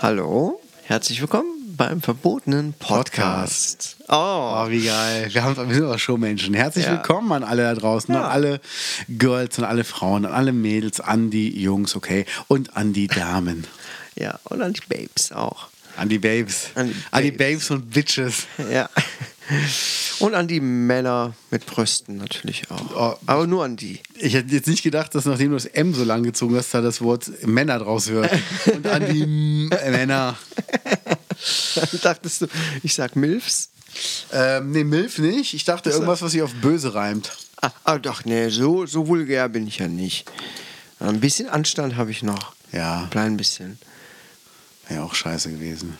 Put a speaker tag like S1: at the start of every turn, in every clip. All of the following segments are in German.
S1: Hallo, herzlich willkommen beim verbotenen Podcast.
S2: Oh, wie geil. Wir, haben, wir sind aber Showmenschen. Herzlich
S1: Ja.
S2: willkommen an alle da draußen, an alle Girls, an alle Frauen, an alle Mädels, an die Jungs, okay, und an die Damen,
S1: Ja, und an die Babes auch.
S2: an die Babes,
S1: An die
S2: an die
S1: Babes.
S2: Babes und Bitches.
S1: Ja. Und an die Männer mit Brüsten natürlich auch.
S2: Oh.
S1: Aber nur an die.
S2: Ich hätte jetzt nicht gedacht, dass nachdem du das M so lang gezogen hast, da das Wort Männer draus wird. Und an die M äh, Männer.
S1: Dachtest du, ich sag Milfs?
S2: Ähm, nee, Milf nicht. Ich dachte irgendwas, was sich auf böse reimt.
S1: Ah, ah doch, nee, so, so vulgär bin ich ja nicht. Ein bisschen Anstand habe ich noch.
S2: Ja.
S1: Ein klein bisschen.
S2: Wäre auch scheiße gewesen.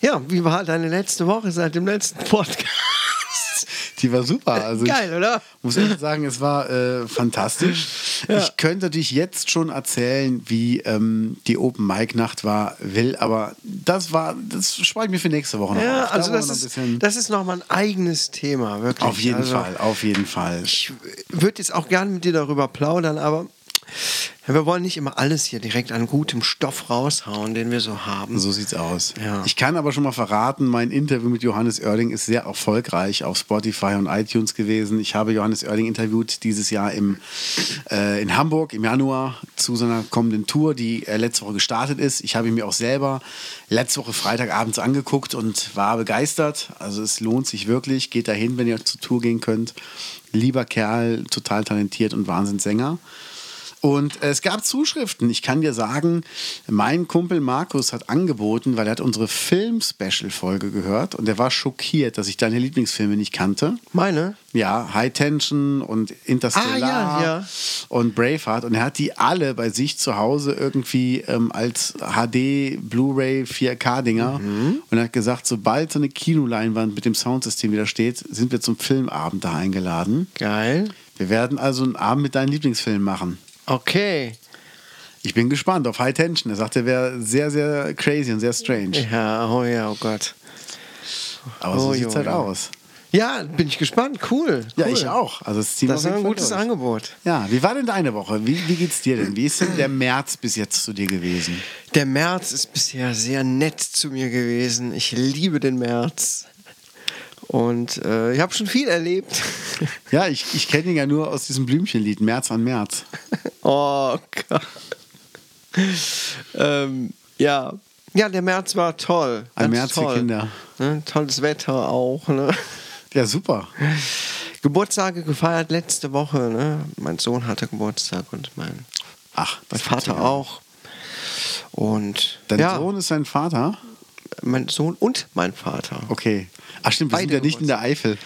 S1: Ja, wie war deine letzte Woche seit dem letzten Podcast?
S2: Die war super. Also ich-
S1: Geil, oder?
S2: muss echt sagen, es war äh, fantastisch. Ich könnte natürlich jetzt schon erzählen, wie ähm, die Open Mic Nacht war, will, aber das war, das spare ich mir für nächste Woche noch.
S1: Ja,
S2: auf. Da
S1: also
S2: wollen wir
S1: das
S2: noch ein
S1: ist,
S2: bisschen-
S1: das ist nochmal ein eigenes Thema, wirklich.
S2: auf jeden
S1: also,
S2: Fall, auf jeden Fall.
S1: Ich würde jetzt auch gerne mit dir darüber plaudern, aber wir wollen nicht immer alles hier direkt an gutem Stoff raushauen, den wir so haben.
S2: So sieht's aus.
S1: Ja.
S2: Ich kann aber schon mal verraten, mein Interview mit Johannes Oerding ist sehr erfolgreich auf Spotify und iTunes gewesen. Ich habe Johannes Oerding interviewt dieses Jahr im, äh, in Hamburg im Januar zu seiner kommenden Tour, die äh, letzte Woche gestartet ist. Ich habe ihn mir auch selber letzte Woche Freitagabends angeguckt und war begeistert. Also es lohnt sich wirklich. Geht dahin, wenn ihr zur Tour gehen könnt. Lieber Kerl, total talentiert und Wahnsinnssänger. Und äh, es gab Zuschriften. Ich kann dir sagen, mein Kumpel Markus hat angeboten, weil er hat unsere Film-Special-Folge gehört und er war schockiert, dass ich deine Lieblingsfilme nicht kannte.
S1: Meine?
S2: Ja, High Tension und Interstellar
S1: Ah, ja, ja.
S2: und Braveheart. Und er hat die alle bei sich zu Hause irgendwie ähm, als HD, Blu-ray, 4K-Dinger.
S1: Mhm.
S2: Und er hat gesagt, sobald so eine Kinoleinwand mit dem Soundsystem wieder steht, sind wir zum Filmabend da eingeladen.
S1: Geil.
S2: Wir werden also einen Abend mit deinen Lieblingsfilmen machen.
S1: Okay.
S2: Ich bin gespannt auf High Tension. Er sagte, er wäre sehr, sehr crazy und sehr strange.
S1: Ja, oh ja, oh Gott.
S2: Aber so
S1: Oh, jo,
S2: sieht's halt
S1: jo.
S2: aus.
S1: Ja, bin ich gespannt. Cool.
S2: Ja,
S1: cool.
S2: ich auch. Also das Team
S1: Das ist ein gutes
S2: durch.
S1: Angebot.
S2: Ja, wie war denn deine Woche? Wie, wie geht's dir denn? Wie ist denn der März bis jetzt zu dir gewesen?
S1: Der März ist bisher sehr nett zu mir gewesen. Ich liebe den März. Und äh, ich habe schon viel erlebt.
S2: Ja, ich, ich kenne ihn ja nur aus diesem Blümchenlied, März an März.
S1: Oh Gott. ähm, ja. ja, der März war toll.
S2: Ein
S1: Ganz
S2: März für
S1: toll.
S2: Kinder.
S1: Ne? Tolles Wetter auch. Ne?
S2: Ja, super.
S1: Geburtstage gefeiert letzte Woche. Ne? Mein Sohn hatte Geburtstag und mein,
S2: Ach,
S1: mein
S2: das
S1: Vater
S2: gibt's ja.
S1: auch. Und
S2: Dein
S1: ja,
S2: Sohn ist sein Vater?
S1: mein Sohn und mein Vater.
S2: Okay. Ach stimmt, wir sind
S1: Beide
S2: ja nicht in der Eifel.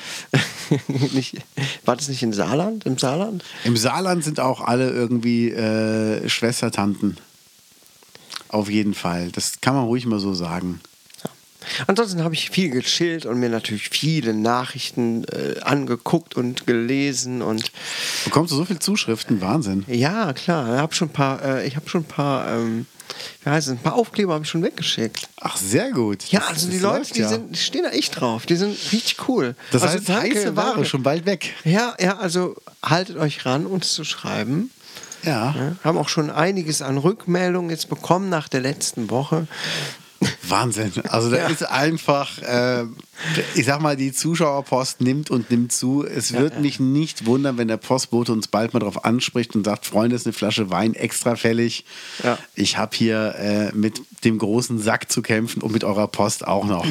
S1: nicht, war das nicht in Saarland? Im Saarland?
S2: Im Saarland sind auch alle irgendwie äh, Schwestertanten. Auf jeden Fall. Das kann man ruhig mal so sagen.
S1: Ja. Ansonsten habe ich viel gechillt und mir natürlich viele Nachrichten äh, angeguckt und gelesen und
S2: Bekommst du so viele Zuschriften? Wahnsinn.
S1: ja, klar, ich habe schon ein paar, äh, ich habe schon ein paar, ähm, wie heißt es, ein paar Aufkleber habe ich schon weggeschickt.
S2: Ach, sehr gut.
S1: Ja,
S2: Das-
S1: also
S2: das
S1: die Leute,
S2: läuft
S1: die,
S2: ja.
S1: sind, die stehen da echt drauf, die sind richtig cool.
S2: Das
S1: also
S2: heißt, heiße Ware schon bald weg.
S1: Ja, ja, also haltet euch ran, uns zu schreiben.
S2: Ja.
S1: Ne? Haben auch schon einiges an Rückmeldungen jetzt bekommen nach der letzten Woche.
S2: Wahnsinn. Also da
S1: Ja.
S2: ist einfach, äh, ich sag mal, die Zuschauerpost nimmt und nimmt zu. Es wird mich nicht wundern, wenn der Postbote uns bald mal drauf anspricht und sagt, Freunde, ist eine Flasche Wein extra fällig.
S1: Ja.
S2: Ich habe hier äh, mit dem großen Sack zu kämpfen und mit eurer Post auch noch.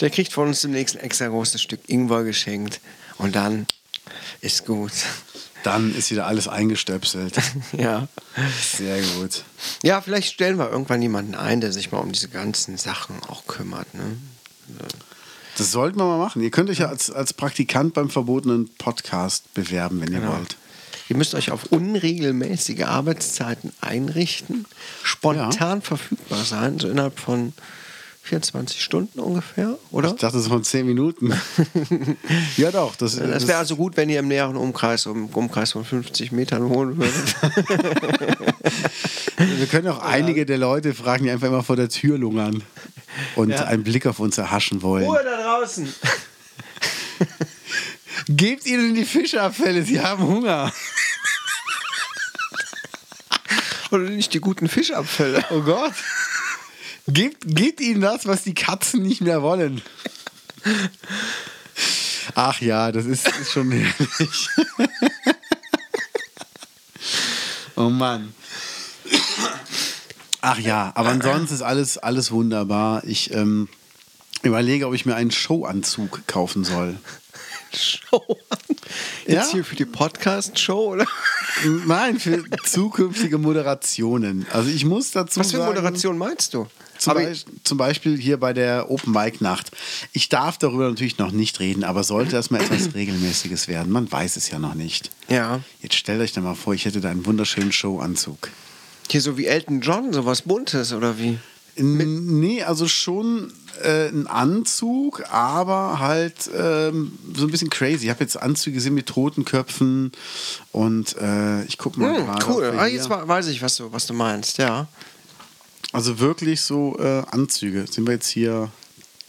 S1: Der kriegt von uns demnächst ein extra großes Stück Ingwer geschenkt. Und dann ist gut.
S2: Dann ist wieder alles eingestöpselt.
S1: ja.
S2: Sehr gut.
S1: Ja, vielleicht stellen wir irgendwann jemanden ein, der sich mal um diese ganzen Sachen auch kümmert. Ne?
S2: Das sollten wir mal machen. Ihr könnt euch ja als, als Praktikant beim verbotenen Podcast bewerben, wenn ihr wollt.
S1: Ihr müsst euch auf unregelmäßige Arbeitszeiten einrichten, spontan verfügbar sein, so innerhalb von 24 Stunden ungefähr, oder?
S2: Ich dachte, es waren 10 Minuten. ja, doch. Das,
S1: Das wäre also gut, wenn ihr im näheren Umkreis, im Umkreis von 50 Metern wohnen würdet.
S2: wir können auch einige der Leute fragen, die einfach immer vor der Tür lungern und einen Blick auf uns erhaschen wollen.
S1: Ruhe da draußen!
S2: Gebt ihnen die Fischabfälle, sie haben Hunger.
S1: Oder nicht die guten Fischabfälle.
S2: Oh Gott. Gebt, gebt ihnen das, was die Katzen nicht mehr wollen. Ach ja, das ist, ist schon herrlich. oh Mann. Ach ja, aber ansonsten ist alles, alles wunderbar. Ich ähm, überlege, ob ich mir einen Showanzug kaufen soll.
S1: Show. Jetzt
S2: Ja?
S1: hier für die Podcast-Show, oder?
S2: Nein, für zukünftige Moderationen. Also ich muss dazu
S1: Was für
S2: sagen,
S1: Moderation meinst du?
S2: Zum,
S1: Aber-
S2: Beis- zum Beispiel hier bei der Open Mic Nacht. Ich darf darüber natürlich noch nicht reden, aber sollte das mal etwas Regelmäßiges werden, man weiß es ja noch nicht.
S1: ja.
S2: Jetzt stellt euch da mal vor, ich hätte da einen wunderschönen Showanzug.
S1: Hier so wie Elton John, sowas Buntes, oder wie?
S2: N- Nee, also schon äh, ein Anzug, aber halt ähm, so ein bisschen crazy. Ich habe jetzt Anzüge gesehen mit Totenköpfen und äh, ich gucke mal.
S1: Hm,
S2: gerade, ob
S1: cool.
S2: wir
S1: Ah,
S2: hier-
S1: jetzt wa- weiß ich, was du, was du meinst, ja.
S2: Also wirklich so äh, Anzüge. Sind wir jetzt hier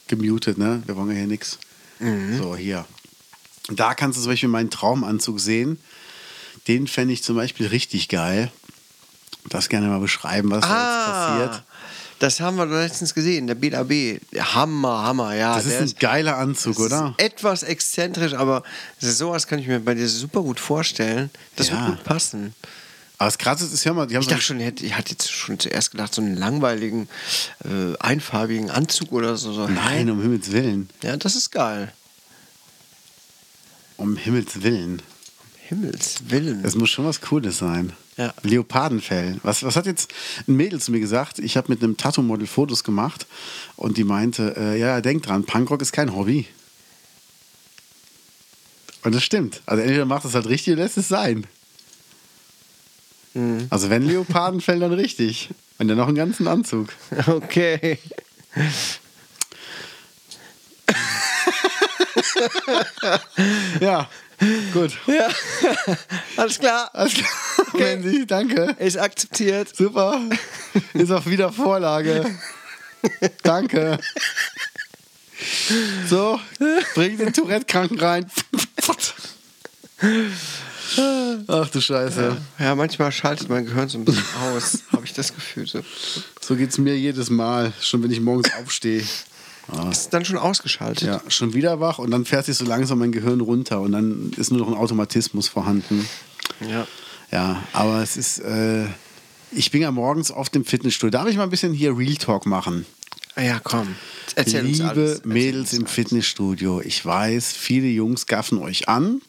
S2: gemutet, ne? Wir wollen ja hier nichts.
S1: Mhm.
S2: So, hier. Da kannst du zum Beispiel meinen Traumanzug sehen. Den fände ich zum Beispiel richtig geil. Das gerne mal beschreiben, was
S1: Ah.
S2: da jetzt passiert.
S1: Das haben wir letztens gesehen, der BLAB. Hammer, Hammer, ja.
S2: Das ist
S1: Ah, der
S2: ein geiler Anzug,
S1: das ist
S2: oder?
S1: Etwas exzentrisch, aber sowas kann ich mir bei dir super gut vorstellen. Das
S2: Ja.
S1: wird gut passen.
S2: Aber das Krasse ist, hör mal, die haben
S1: Ich
S2: so
S1: dachte schon, ich hätte- ich hatte jetzt schon zuerst gedacht, so einen langweiligen, äh, einfarbigen Anzug oder so. so.
S2: Nein, um Himmels Willen.
S1: Ja, das ist geil.
S2: Um Himmels Willen.
S1: Himmels Willen.
S2: Es muss schon was Cooles sein.
S1: Ja.
S2: Leopardenfell. Was, was hat jetzt ein Mädel zu mir gesagt? Ich habe mit einem Tattoo-Model Fotos gemacht und die meinte, äh, ja, denk dran, Punkrock ist kein Hobby. Und das stimmt. Also entweder macht es halt richtig oder lässt es sein.
S1: Mhm.
S2: Also wenn Leopardenfell, dann richtig. Und dann noch einen ganzen Anzug.
S1: Okay.
S2: Ja, gut.
S1: Ja. Alles klar.
S2: Alles klar.
S1: Okay.
S2: Mandy, danke.
S1: Ist akzeptiert.
S2: Super. Ist auch wieder Vorlage. Danke. So, bring den Tourette-Kranken rein. Ach du Scheiße.
S1: Ja, manchmal schaltet mein Gehirn so ein bisschen aus, habe ich das Gefühl. So.
S2: So geht's mir jedes Mal, schon wenn ich morgens aufstehe.
S1: Ist dann schon ausgeschaltet.
S2: Ja, schon wieder wach und dann fährt sich so langsam mein Gehirn runter und dann ist nur noch ein Automatismus vorhanden.
S1: Ja.
S2: Ja, aber es ist, äh, ich bin ja morgens oft im Fitnessstudio. Darf ich mal ein bisschen hier Real Talk machen?
S1: Ah Ja, komm. Erzähl uns
S2: Liebe
S1: alles. Erzähl
S2: Mädels
S1: uns
S2: im
S1: alles.
S2: Fitnessstudio, ich weiß, viele Jungs gaffen euch an.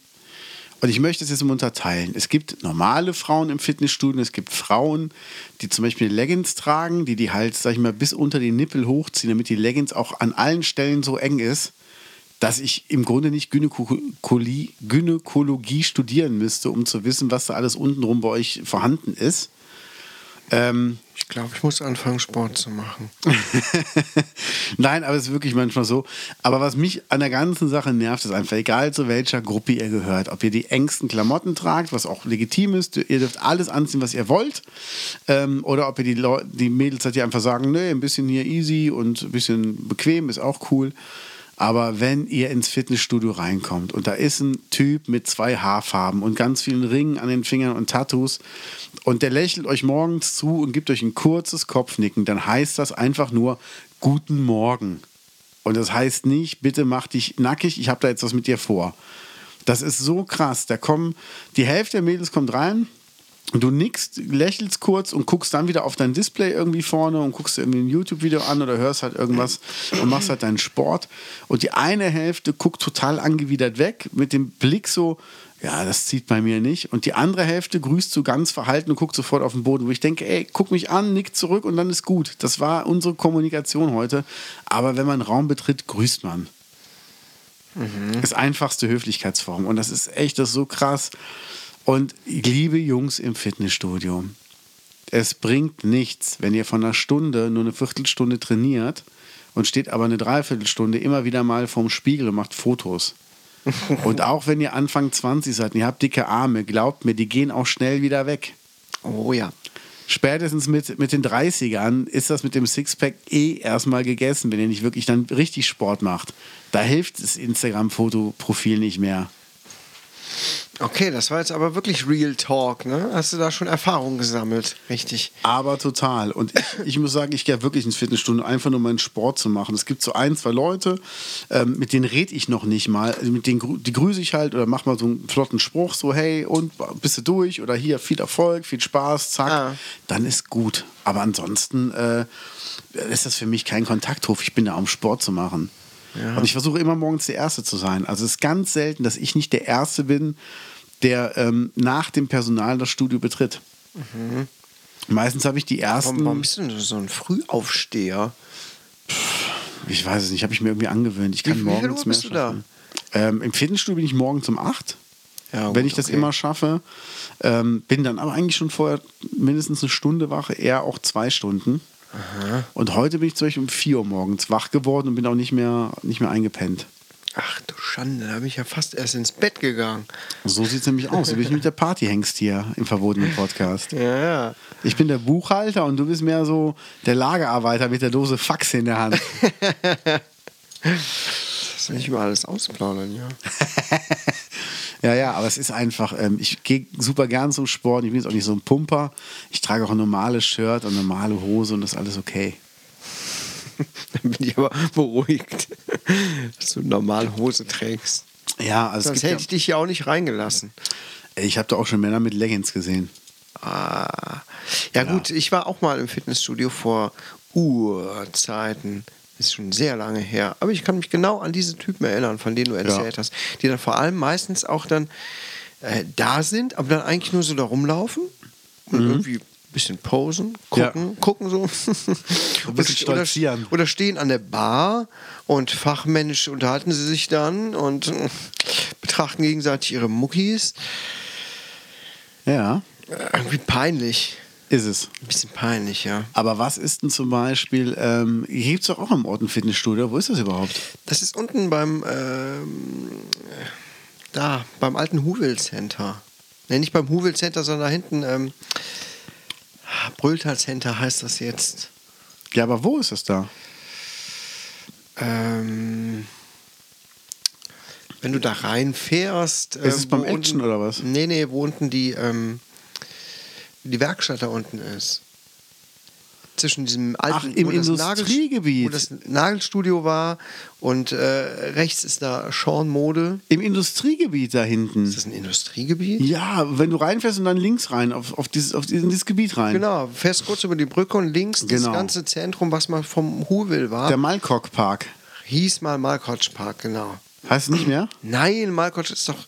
S2: Und ich möchte es jetzt mal unterteilen. Es gibt normale Frauen im Fitnessstudio, es gibt Frauen, die zum Beispiel Leggings tragen, die die halt, sag ich mal, bis unter die Nippel hochziehen, damit die Leggings auch an allen Stellen so eng ist, dass ich im Grunde nicht Gynäkologie, Gynäkologie studieren müsste, um zu wissen, was da alles untenrum bei euch vorhanden ist. Ähm,
S1: Ich glaube, ich muss anfangen, Sport zu machen.
S2: Nein, aber es ist wirklich manchmal so. Aber was mich an der ganzen Sache nervt, ist einfach, egal zu welcher Gruppe ihr gehört, ob ihr die engsten Klamotten tragt, was auch legitim ist, ihr dürft alles anziehen, was ihr wollt, ähm, oder ob ihr die, Leu die Mädels halt hier einfach sagen, nee, ein bisschen hier easy und ein bisschen bequem ist auch cool. Aber wenn ihr ins Fitnessstudio reinkommt und da ist ein Typ mit zwei Haarfarben und ganz vielen Ringen an den Fingern und Tattoos und der lächelt euch morgens zu und gibt euch ein kurzes Kopfnicken, dann heißt das einfach nur Guten Morgen. Und das heißt nicht, bitte mach dich nackig, ich habe da jetzt was mit dir vor. Das ist so krass. Da kommen, die Hälfte der Mädels kommt rein, du nickst, lächelst kurz und guckst dann wieder auf dein Display irgendwie vorne und guckst dir irgendwie ein YouTube-Video an oder hörst halt irgendwas und machst halt deinen Sport. Und die eine Hälfte guckt total angewidert weg, mit dem Blick so, ja, das zieht bei mir nicht. Und die andere Hälfte grüßt so ganz verhalten und guckt sofort auf den Boden, wo ich denke, ey, guck mich an, nick zurück und dann ist gut. Das war unsere Kommunikation heute. Aber wenn man einen Raum betritt, grüßt man. Das einfachste Höflichkeitsform. Und das ist echt, das ist so krass. Und liebe Jungs im Fitnessstudio, es bringt nichts, wenn ihr von einer Stunde nur eine Viertelstunde trainiert und steht aber eine Dreiviertelstunde immer wieder mal vorm Spiegel und macht Fotos. und auch wenn ihr Anfang 20 seid und ihr habt dicke Arme, glaubt mir, die gehen auch schnell wieder weg.
S1: Oh ja.
S2: Spätestens mit, mit den 30ern ist das mit dem Sixpack eh erstmal gegessen, wenn ihr nicht wirklich dann richtig Sport macht. Da hilft das Instagram-Fotoprofil nicht mehr.
S1: Okay, das war jetzt aber wirklich Real Talk, ne? Hast du da schon Erfahrung gesammelt? Richtig.
S2: Aber total. Und ich, ich muss sagen, ich gehe wirklich ins Fitnessstudio, um einfach nur meinen Sport zu machen. Es gibt so ein, zwei Leute, ähm, mit denen rede ich noch nicht mal. Also mit denen grü- die grüße ich halt oder mach mal so einen flotten Spruch, so hey und bist du durch oder hier viel Erfolg, viel Spaß, zack.
S1: Ah.
S2: Dann ist gut. Aber ansonsten äh, ist das für mich kein Kontakthof. Ich bin da, um Sport zu machen. Und ich versuche immer morgens der Erste zu sein. Also es ist ganz selten, dass ich nicht der Erste bin, der ähm, nach dem Personal das Studio betritt. Meistens habe ich die
S1: Warum,
S2: ersten.
S1: warum bist du denn so ein Frühaufsteher?
S2: Ich weiß es nicht, habe ich mir irgendwie angewöhnt. Ich kann
S1: Wie- wie viel
S2: morgens
S1: Uhr
S2: mehr
S1: bist du da?
S2: schaffen. Ähm, Im Fitnessstudio bin ich morgens um 8.
S1: Ja,
S2: wenn
S1: gut,
S2: ich das
S1: okay.
S2: immer schaffe. Ähm, bin dann aber eigentlich schon vorher mindestens eine Stunde wach, eher auch zwei Stunden. Und heute bin ich zum Beispiel um 4 Uhr morgens wach geworden und bin auch nicht mehr, nicht mehr eingepennt.
S1: Ach du Schande, da bin ich ja fast erst ins Bett gegangen.
S2: So sieht es nämlich aus. Du bist nämlich der Partyhengst hier im verbotenen Podcast.
S1: Ja, ja.
S2: Ich bin der Buchhalter und du bist mehr so der Lagerarbeiter mit der Dose Fax in der Hand.
S1: Das will ich mal alles ausplaudern, ja.
S2: Ja, ja, aber es ist einfach, ähm, ich gehe super gern zum Sport. Ich bin jetzt auch nicht so ein Pumper. Ich trage auch ein normales Shirt und normale Hose und das ist alles okay.
S1: Dann bin ich aber beruhigt, dass du normal Hose trägst.
S2: Ja, also es
S1: Sonst
S2: gibt
S1: hätte ich dich ja auch nicht reingelassen.
S2: ja, ich habe da auch schon Männer mit Leggings gesehen.
S1: Ah. Ja, gut, ich war auch mal im Fitnessstudio vor Urzeiten. Ist schon sehr lange her. Aber ich kann mich genau an diese Typen erinnern, von denen du erzählt hast. Die dann vor allem meistens auch dann äh, da sind, aber dann eigentlich nur so da rumlaufen und
S2: Mhm.
S1: irgendwie ein bisschen posen, gucken, gucken so.
S2: Ein
S1: Und-
S2: bisschen stolzieren.
S1: Oder, oder stehen an der Bar und fachmännisch unterhalten sie sich dann und äh, betrachten gegenseitig ihre Muckis.
S2: Ja,
S1: Äh, Irgendwie peinlich.
S2: ist es.
S1: Ein bisschen peinlich, ja.
S2: Aber was ist denn zum Beispiel, ähm, hier gibt es doch auch im Ort ein Fitnessstudio. Wo ist das überhaupt?
S1: Das ist unten beim, ähm, da, beim alten Huvel Center. Ne, nicht beim Huvel Center, sondern da hinten, ähm, Brülltal Center heißt das jetzt.
S2: Ja, aber wo ist das da?
S1: Ähm, wenn du da reinfährst. ähm,
S2: es beim
S1: wo unten,
S2: Action oder was?
S1: Nee, nee, wo unten die, ähm, die Werkstatt da unten ist. Zwischen diesem alten
S2: Ach, im
S1: wo das
S2: Industriegebiet.
S1: Nagel, wo das Nagelstudio war und äh, rechts ist da Sean Mode.
S2: Im Industriegebiet da hinten.
S1: Ist das ein Industriegebiet?
S2: Ja, wenn du reinfährst und dann links rein, auf, auf, dieses, auf diesen- dieses Gebiet rein.
S1: Genau, fährst kurz über die Brücke und links
S2: Genau.
S1: das ganze Zentrum, was mal vom Huvel war,
S2: Der Malkok Park.
S1: hieß mal Malkotsch Park, genau.
S2: Heißt es nicht mehr?
S1: Nein, Malkotsch ist doch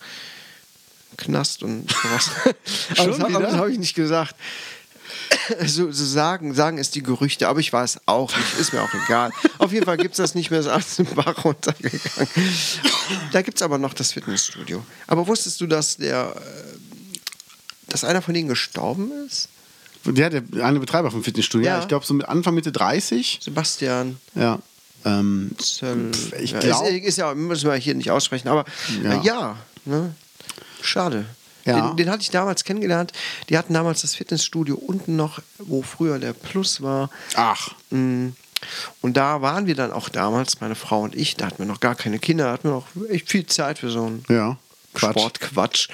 S1: Knast und sowas. aber das,
S2: Schon
S1: hab- aber
S2: wieder?
S1: das habe ich nicht gesagt. Also, So, so sagen, sagen es die Gerüchte, aber ich weiß auch nicht, ist mir auch egal. Auf jeden Fall gibt es das nicht mehr, ist alles den Bach runtergegangen. Da gibt es aber noch das Fitnessstudio. Aber wusstest du, dass der, äh, dass einer von denen gestorben ist?
S2: Ja, der eine Betreiber vom Fitnessstudio. Ja.
S1: Ja.
S2: Ich glaube, so mit Anfang, Mitte 30.
S1: Sebastian
S2: Ja. Ähm,
S1: Zöll.
S2: Pff, ich
S1: Ja,
S2: glaub-
S1: äh, Ist, ist ja, müssen wir hier nicht aussprechen, aber
S2: Ja.
S1: ja, äh, ja ne? schade.
S2: Ja.
S1: Den, den hatte ich damals kennengelernt. Die hatten damals das Fitnessstudio unten noch, wo früher der Plus war.
S2: ach.
S1: Mm. Und da waren wir dann auch damals, meine Frau und ich, da hatten wir noch gar keine Kinder, da hatten wir noch echt viel Zeit für so einen
S2: Ja. Quatsch.
S1: Sportquatsch.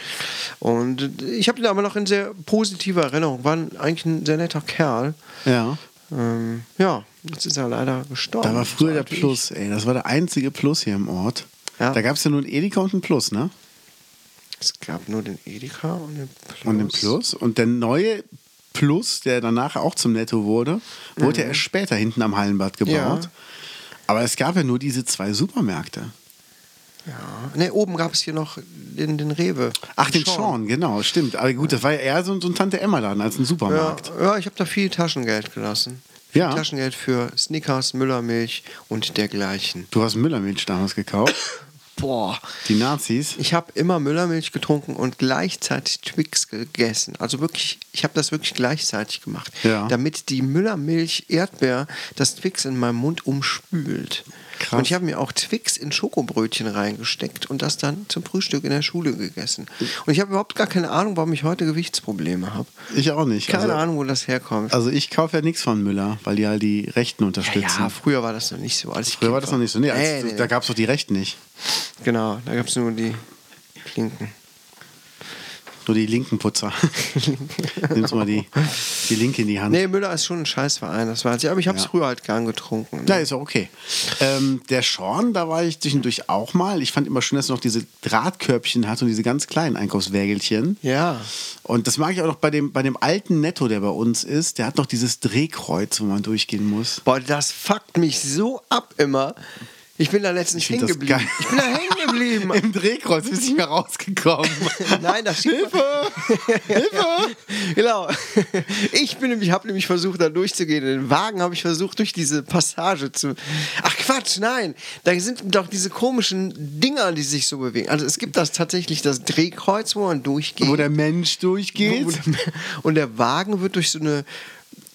S1: Und ich habe den aber noch in sehr positiver Erinnerung. War ein- eigentlich ein sehr netter Kerl.
S2: Ja.
S1: Ähm, ja, jetzt ist er leider gestorben.
S2: Da war früher
S1: So
S2: der
S1: alt wie ich.
S2: Plus, ey. Das war der einzige Plus hier im Ort.
S1: Ja.
S2: Da gab es ja nur einen Edeka und einen Plus, ne?
S1: Es gab nur den Edeka und den Plus.
S2: Und den Plus. Und der neue Plus, der danach auch zum Netto wurde, wurde ja erst später hinten am Hallenbad
S1: Mhm.
S2: gebaut.
S1: Ja.
S2: Aber es gab ja nur diese zwei Supermärkte.
S1: Ja. Ne, oben gab es hier noch den, den Rewe.
S2: Ach, den Sean, genau, stimmt. Aber gut, das war ja eher so, so ein Tante-Emma-Laden als ein
S1: Ja,
S2: Supermarkt.
S1: ja, ich habe da viel Taschengeld gelassen.
S2: Ja.
S1: Viel Taschengeld für Snickers, Müllermilch und dergleichen.
S2: Du hast Müllermilch damals gekauft.
S1: boah.
S2: Die Nazis?
S1: Ich habe immer Müllermilch getrunken und gleichzeitig Twix gegessen. Also wirklich, ich habe das wirklich gleichzeitig gemacht.
S2: Ja.
S1: Damit die Müllermilch Erdbeer das Twix in meinem Mund umspült.
S2: Krass.
S1: Und ich habe mir auch Twix in Schokobrötchen reingesteckt und das dann zum Frühstück in der Schule gegessen. Und ich habe überhaupt gar keine Ahnung, warum ich heute Gewichtsprobleme habe.
S2: Ich auch nicht.
S1: Keine
S2: also,
S1: Ahnung, wo das herkommt.
S2: also ich kaufe ja nichts von Müller, weil die halt die Rechten
S1: ja,
S2: unterstützen.
S1: ja, früher war das noch nicht so. Als ich
S2: Früher war
S1: Kind
S2: das noch nicht so. Nee, als,
S1: nee, nee,
S2: da gab es doch die Rechten nicht.
S1: nee. Genau, da gab es nur die Klinken.
S2: Nur die linken Putzer. Nimmst mal die, die linke in die Hand.
S1: Nee, Müller ist schon ein Scheißverein, das weiß ich. Aber ich habe es
S2: Ja.
S1: früher halt gern getrunken. ne?
S2: Na, ist auch okay. Ähm, der Schorn, da war ich zwischendurch auch mal. Ich fand immer schön, dass er noch diese Drahtkörbchen hat und diese ganz kleinen Einkaufswägelchen.
S1: Ja.
S2: Und das mag ich auch noch bei dem, bei dem alten Netto, der bei uns ist. Der hat noch dieses Drehkreuz, wo man durchgehen muss.
S1: Boah, das fuckt mich so ab immer. Ich bin da letztens
S2: find
S1: hängen
S2: das
S1: geblieben.
S2: geil.
S1: Ich bin da hängen geblieben.
S2: Im Drehkreuz bist du nicht mehr rausgekommen.
S1: Nein, das steht-
S2: Hilfe! Hilfe!
S1: genau. Ich bin nämlich, habe nämlich versucht, da durchzugehen. In den Wagen habe ich versucht, durch diese Passage zu. Ach Quatsch, nein. Da sind doch diese komischen Dinger, die sich so bewegen. Also es gibt das tatsächlich das Drehkreuz, wo man durchgeht.
S2: Wo der Mensch durchgeht.
S1: Wo der- Und der Wagen wird durch so eine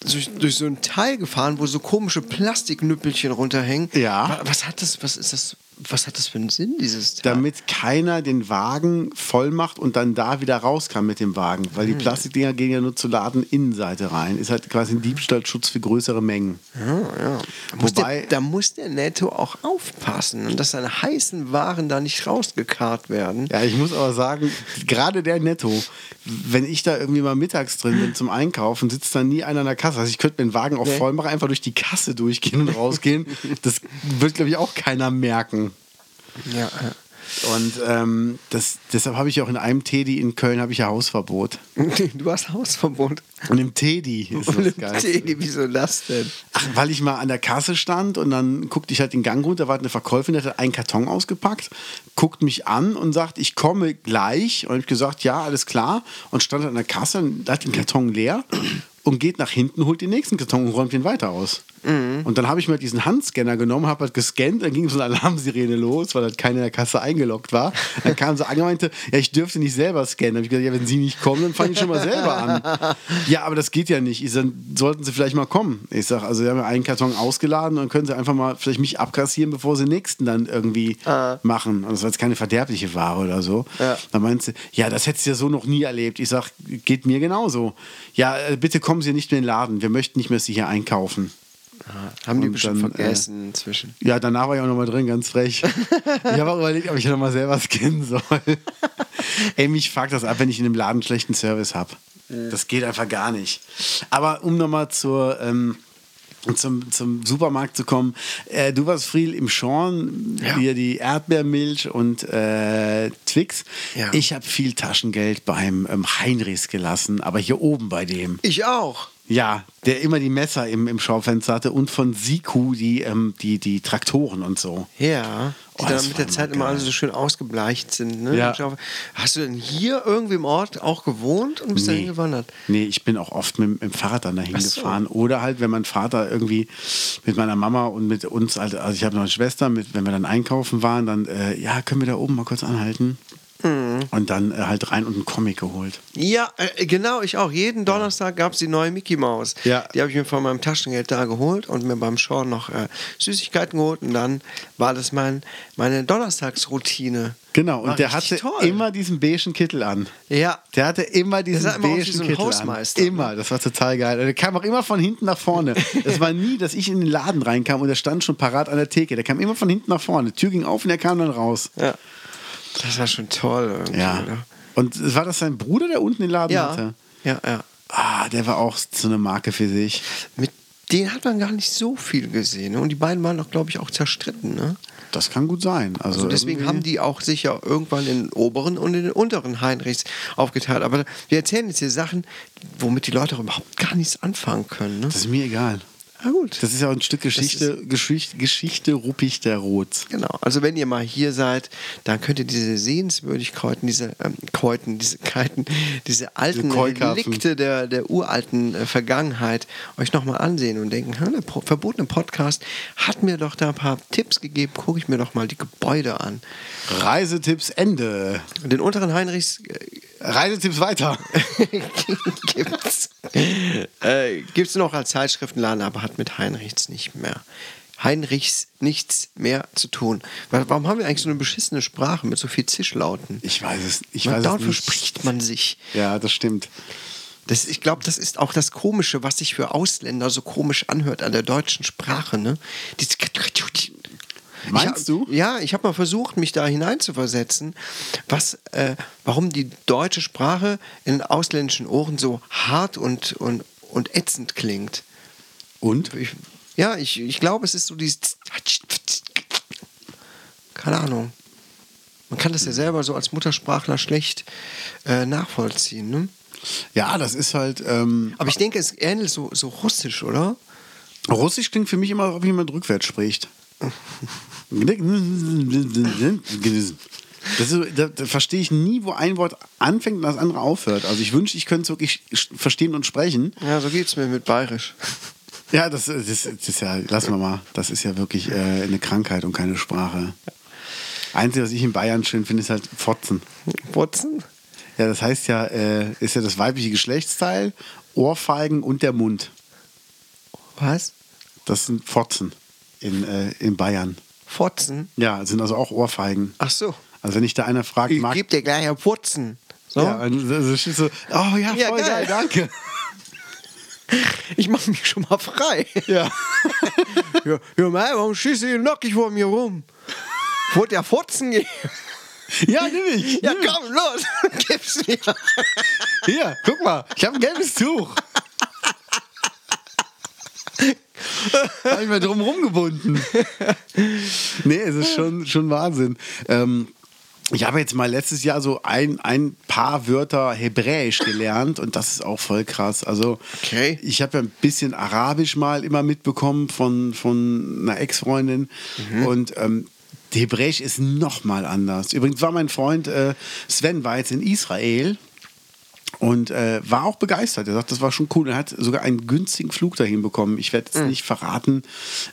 S1: durch, durch so ein Teil gefahren, wo so komische Plastiknüppelchen runterhängen.
S2: Ja.
S1: Wa- Was hat das, was ist das, was hat das für einen Sinn, dieses Teil?
S2: damit keiner den Wagen voll macht und dann da wieder raus kann mit dem Wagen. Weil die Plastikdinger gehen ja nur zur Ladeninnenseite rein. Ist halt quasi ein Diebstahlschutz für größere Mengen.
S1: Da muss,
S2: Wobei-
S1: der, da muss der Netto auch aufpassen, und dass seine heißen Waren da nicht rausgekarrt werden.
S2: Ja, ich muss aber sagen, gerade der Netto, wenn ich da irgendwie mal mittags drin bin zum Einkaufen, sitzt da nie einer an der Kasse. Also ich könnte mir den Wagen auch
S1: Nee.
S2: voll machen, einfach durch die Kasse durchgehen und rausgehen. Das wird, glaube ich, auch keiner merken.
S1: Ja.
S2: Und ähm, das, deshalb habe ich auch in einem Teddy in Köln habe ich ja Hausverbot.
S1: Du hast Hausverbot.
S2: Und im Teddy ist
S1: Und
S2: das
S1: im
S2: geil.
S1: Teddy, wieso das denn?
S2: Ach, weil ich mal an der Kasse stand und dann guckte ich halt den Gang runter, war eine Verkäuferin, die hat einen Karton ausgepackt, guckt mich an und sagt, ich komme gleich. Und ich hab gesagt, ja, alles klar. Und stand halt an der Kasse und hat den Karton leer und geht nach hinten, holt den nächsten Karton und räumt den weiter aus.
S1: Mhm.
S2: Und dann habe ich mir halt diesen Handscanner genommen, habe halt gescannt, dann ging so eine Alarmsirene los, weil halt keiner in der Kasse eingeloggt war. Dann kam so an und meinte, ja, ich dürfte nicht selber scannen. Da habe ich gesagt, ja, wenn Sie nicht kommen, dann fange ich schon mal selber an. Ja, aber das geht ja nicht. Ich sag, sollten Sie vielleicht mal kommen. Ich sage, also wir haben ja einen Karton ausgeladen und können Sie einfach mal vielleicht mich abkassieren, bevor Sie den nächsten dann irgendwie machen. Und das war jetzt keine verderbliche Ware oder so.
S1: Ja.
S2: Dann meinte sie, ja, das hättest du ja so noch nie erlebt. Ich sage, geht mir genauso. Ja, äh, bitte kommen Sie nicht mehr in den Laden. Wir möchten nicht mehr, dass Sie hier einkaufen.
S1: Haben die
S2: Und
S1: bestimmt
S2: dann, äh,
S1: vergessen inzwischen.
S2: Ja, danach war ich auch nochmal drin, ganz frech. Ich habe auch überlegt, ob ich nochmal selber scannen soll. Ey, mich fuckt das ab, wenn ich in einem Laden schlechten Service habe. Das geht einfach gar nicht. Aber um nochmal zur. Ähm, zum, zum Supermarkt zu kommen. Äh, du warst Friel im Schorn,
S1: Ja.
S2: hier die Erdbeermilch und äh, Twix.
S1: Ja.
S2: Ich habe viel Taschengeld beim ähm, Heinrichs gelassen, aber hier oben bei dem.
S1: Ich auch.
S2: Ja, der immer die Messer im, im Schaufenster hatte und von Siku die, ähm, die, die Traktoren und so.
S1: Ja, die
S2: Oh, das
S1: dann
S2: war
S1: mit der
S2: immer
S1: Zeit immer
S2: geil.
S1: alle so schön ausgebleicht sind. Ne?
S2: Ja.
S1: Ich glaube, Hast du denn hier irgendwie im Ort auch gewohnt und bist dahin gewandert?
S2: nee, ich bin auch oft mit, dem- mit dem Fahrrad dann dahin
S1: Ach so.
S2: gefahren. Oder halt, wenn mein Vater irgendwie mit meiner Mama und mit uns, halt- also ich habe noch eine Schwester, mit, wenn wir dann einkaufen waren, dann, äh, ja, können wir da oben mal kurz anhalten?
S1: Hm.
S2: Und dann äh, halt rein und einen Comic geholt.
S1: Ja, äh, genau, ich auch. Jeden Donnerstag gab es die neue Mickey Maus.
S2: Ja.
S1: Die habe ich mir von meinem Taschengeld da geholt und mir beim Shaw noch äh, Süßigkeiten geholt. Und dann war das mein, meine Donnerstagsroutine.
S2: Genau,
S1: War
S2: und der hatte
S1: richtig toll.
S2: immer diesen beigen Kittel an.
S1: Ja.
S2: Der hatte immer diesen
S1: sah immer aus wie
S2: beigen
S1: so ein
S2: Kittel
S1: Hausmeister,
S2: an.
S1: ne?
S2: Immer, das war total geil. Und Der kam auch immer von hinten nach vorne. Es war nie, dass ich in den Laden reinkam und der stand schon parat an der Theke. Der kam immer von hinten nach vorne. Die Tür ging auf und er kam dann raus.
S1: ja. Das war schon toll. Irgendwie,
S2: Ja.
S1: ne?
S2: Und war das sein Bruder, der unten den Laden
S1: Ja.
S2: hatte?
S1: Ja, ja.
S2: Ah, der war auch so eine Marke für sich.
S1: Mit denen hat man gar nicht so viel gesehen. Ne? Und die beiden waren doch, glaube ich, auch zerstritten. Ne?
S2: Das kann gut sein. Also
S1: Also deswegen
S2: irgendwie-
S1: haben die auch sich ja irgendwann in den oberen und in den unteren Heinrichs aufgeteilt. Aber wir erzählen jetzt hier Sachen, womit die Leute auch überhaupt gar nichts anfangen können. Ne?
S2: Das ist mir egal.
S1: Na gut.
S2: Das ist ja auch ein Stück Geschichte, Geschichte, Geschichte ruppig der Rot.
S1: Genau. Also wenn ihr mal hier seid, dann könnt ihr diese Sehenswürdigkeiten, diese ähm, Keuten, diese Keiten, diese alten
S2: Keukarpfen.
S1: Relikte der, der uralten äh, Vergangenheit euch nochmal ansehen und denken, "Ha, der Pro verbotene Podcast hat mir doch da ein paar Tipps gegeben, gucke ich mir doch mal die Gebäude an.
S2: Reisetipps Ende.
S1: Den unteren Heinrichs äh,
S2: Reisetipps weiter.
S1: gibt's, äh, gibt's noch als Zeitschriftenladen, aber hat mit Heinrichs nicht mehr. Heinrichs nichts mehr zu tun. Wa- Warum haben wir eigentlich so eine beschissene Sprache mit so viel Zischlauten?
S2: Ich weiß es, ich
S1: Man
S2: weiß
S1: dauernd
S2: es nicht.
S1: verspricht man sich.
S2: Ja, das stimmt.
S1: Das, ich glaube, das ist auch das Komische, was sich für Ausländer so komisch anhört an der deutschen Sprache. Ne? Dieses
S2: Meinst
S1: ich hab,
S2: du?
S1: Ja, ich habe mal versucht, mich da hineinzuversetzen, was, äh, warum die deutsche Sprache in ausländischen Ohren so hart und, und, und ätzend klingt.
S2: Und?
S1: Ich, ja, ich, ich glaube, es ist so dieses. Keine Ahnung. Man kann das ja selber so als Muttersprachler schlecht äh, nachvollziehen. Ne?
S2: Ja, das ist halt. Ähm,
S1: Aber ich denke, es ähnelt so, so russisch, oder?
S2: Russisch klingt für mich immer, als ob jemand rückwärts spricht. Das, ist, da, da verstehe ich nie, wo ein Wort anfängt und das andere aufhört. Also ich wünsche, ich könnte es wirklich sch- verstehen und sprechen.
S1: Ja, so geht's mir mit Bayerisch.
S2: Ja, das, das, das ist ja, lass mal mal, das ist ja wirklich äh, eine Krankheit und keine Sprache. Einzige, was ich in Bayern schön finde, ist halt Fotzen.
S1: Watson?
S2: Ja, das heißt ja, äh, ist ja das weibliche Geschlechtsteil, Ohrfeigen und der Mund.
S1: Was?
S2: Das sind Fotzen in, äh, in Bayern.
S1: Fotzen?
S2: Ja, sind also auch Ohrfeigen.
S1: Ach so.
S2: Also wenn ich da einer fragt,
S1: Ich
S2: mag
S1: geb dir gleich ein Putzen. So.
S2: ja, also, also steht so, oh ja, voll
S1: Ja,
S2: geil.
S1: geil.
S2: danke.
S1: Ich mach mich schon mal frei.
S2: Ja.
S1: ja, ja Mann, warum schießt ihr nackig vor mir rum? Wollt ihr Fotzen geben?
S2: ja, nimm ich.
S1: Ja,
S2: nimm ich.
S1: komm, los, gib's mir.
S2: Hier, guck mal, ich habe ein gelbes Tuch. habe ich mir drum rumgebunden. Nee, es ist schon, schon Wahnsinn. Ähm, ich habe jetzt mal letztes Jahr so ein, ein paar Wörter Hebräisch gelernt und das ist auch voll krass. Also
S1: Okay.
S2: ich habe ja ein bisschen Arabisch mal immer mitbekommen von, von einer Ex-Freundin und ähm, Hebräisch ist nochmal anders. Übrigens war mein Freund äh, Sven war jetzt in Israel und äh, war auch begeistert. Er sagt, das war schon cool. Er hat sogar einen günstigen Flug dahin bekommen. Ich werde jetzt nicht verraten,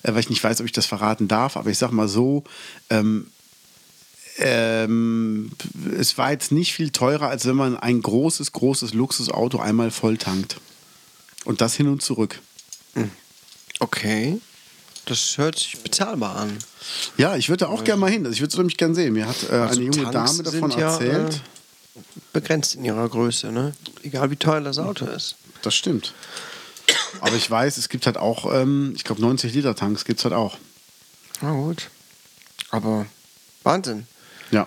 S2: äh, weil ich nicht weiß, ob ich das verraten darf, aber ich sag mal so, ähm, ähm, es war jetzt nicht viel teurer, als wenn man ein großes, großes Luxusauto einmal voll tankt. Und das hin und zurück.
S1: Okay. Das hört sich bezahlbar an.
S2: Ja, ich würde da auch gerne mal hin. Also ich würde es nämlich gerne sehen. Mir hat äh,
S1: Also
S2: eine junge
S1: Tanks
S2: Dame davon
S1: sind ja,
S2: erzählt.
S1: äh, begrenzt in ihrer Größe, ne? Egal wie teuer das Auto ist.
S2: Das stimmt. Aber ich weiß, es gibt halt auch, ähm, ich glaube, 90 Liter Tanks gibt es halt auch.
S1: Na gut. Aber Wahnsinn.
S2: Ja.